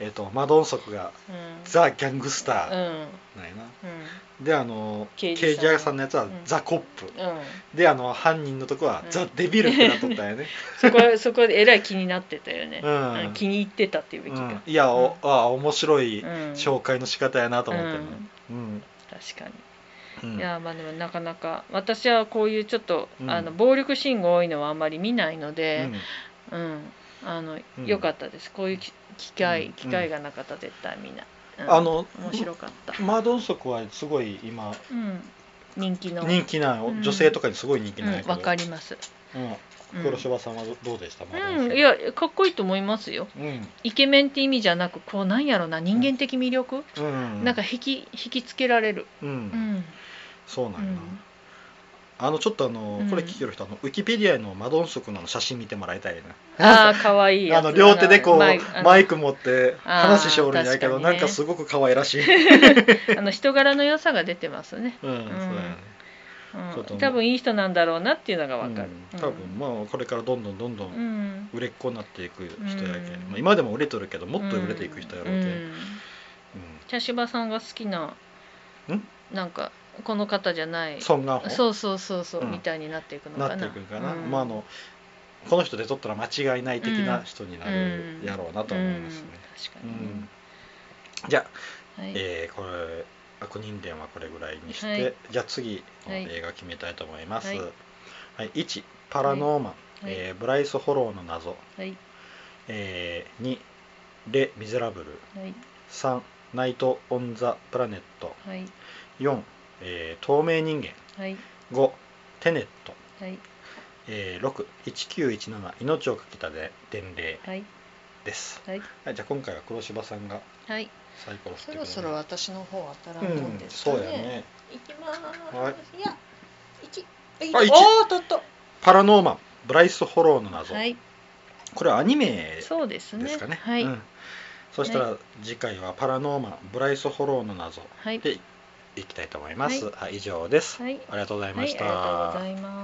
S1: えっとマドンソクが
S2: うん、
S1: ザ・ギャングスター
S2: う
S1: なんや
S2: ん
S1: な、
S2: うん
S1: であの
S2: 刑
S1: 刑
S2: 事さん
S1: 事屋さんのやつは、
S2: うん
S1: ザ・コップ
S2: うん
S1: であの犯人のとこは、
S2: うん
S1: ザ・デビルってなっとったんやね、
S2: そ こはそこでえらい気になってたよね、
S1: うん
S2: うん気に入ってたっていうべ
S1: う
S2: きか
S1: ん、、いやお、ああ面白い
S2: うん
S1: 紹介の仕方やなと思ってねうん
S2: 確か
S1: うん
S2: に、いやまあでもなかなか私はこういうちょっと、
S1: うん
S2: あの暴力シーンが多いのはあんまり見ないの
S1: う
S2: で
S1: ん、
S2: うんあの
S1: うん
S2: 良かったですこういうき機会、
S1: うん
S2: 機会がなかったら絶対見ない、うん
S1: あの
S2: 面白かった、
S1: マドンソクはすごい今
S2: うん、人気の
S1: 人気なんよ、
S2: うん
S1: 女性とかにすごい人気
S2: う
S1: なんやけ
S2: ん、
S1: ど、
S2: わかります、
S1: うん、
S2: うん
S1: 黒柴さんはどどうでしたマドンソ
S2: う
S1: ク
S2: ん、いやかっこいいと思いますよ
S1: うん
S2: イケメンって意味じゃなくこうなんやろな人間的魅力、
S1: うん
S2: なんか引き引きつけられる、
S1: うん、
S2: うん
S1: そうなん
S2: う
S1: やな、
S2: ん
S1: あのちょっとあの、
S2: うん
S1: これ聞ける人あのウィキペディアのマドンソクの写真見てもらいたいな
S2: ああ、可愛いや
S1: あ
S2: つだ
S1: の
S2: な
S1: 両手でこうマイ
S2: あの
S1: ク持って
S2: あー
S1: 話しおるんやけど、
S2: 確か
S1: な
S2: にね
S1: んかすごく可愛らしい、
S2: あの人柄の良さが出てますね。
S1: うんそうやねち
S2: う
S1: ょっと
S2: ん、多分いい人なんだろうなっていうのがわかる。
S1: うん多分まあこれからどんどんどんど
S2: うんん。
S1: 売れっ子になっていく人やけ、
S2: うん
S1: んまあ、今でも売れとるけどもっと売れていく人やろうけ、
S2: う
S1: うんん
S2: ん茶柴さんが好きな、なんかこの方じゃない。
S1: そんな方
S2: そうそうそうそう、
S1: うん
S2: みたいになっていくのか
S1: な
S2: な。
S1: っていくんかな、
S2: うん
S1: まああのこの人で撮ったら間違いない的な人になるやろうなとは思いますね、
S2: う
S1: うんん
S2: 確かにね。
S1: じゃあ、
S2: はい
S1: えーこれ悪人伝はこれぐらいにして、
S2: はい
S1: じゃあ次の
S2: はい
S1: 映画決めたいと思います、
S2: は
S1: はいい1パラノーマン、
S2: はい
S1: えーブライス・ホローの謎、
S2: はい
S1: えー2レ・ミゼラブル
S2: はい
S1: 3ナイト・オン・ザ・プラネット
S2: はい
S1: 4、えー透明人間
S2: はい
S1: 5テネット、
S2: はい
S1: えー、61917命をかけたで伝令
S2: はい
S1: です、
S2: はい
S1: はい、じゃあ今回は黒柴さんが
S2: はい
S1: サイコロ振
S3: そ
S1: ってくれ
S3: ろ
S1: る
S3: そろ私の方当たら
S1: うん
S3: と
S1: ん
S3: ですか
S1: そう
S3: ね。
S1: やね
S3: いきまーす。、
S1: はい
S3: や、一。
S1: あ一
S3: おー、当たっ
S1: パラノーマンブライス・ホローの謎、
S2: はい
S1: これはアニメ
S2: そうですね
S1: ですかね
S2: はい、
S1: うん、そしたら次回はパラノーマンブライス・ホローの謎
S2: はい
S1: でいきたいと思います、
S2: は
S1: はい、以上です、
S2: はい
S1: ありがとうござい
S2: は
S1: ま
S2: いあ
S1: し
S2: り
S1: た、
S2: がとうございます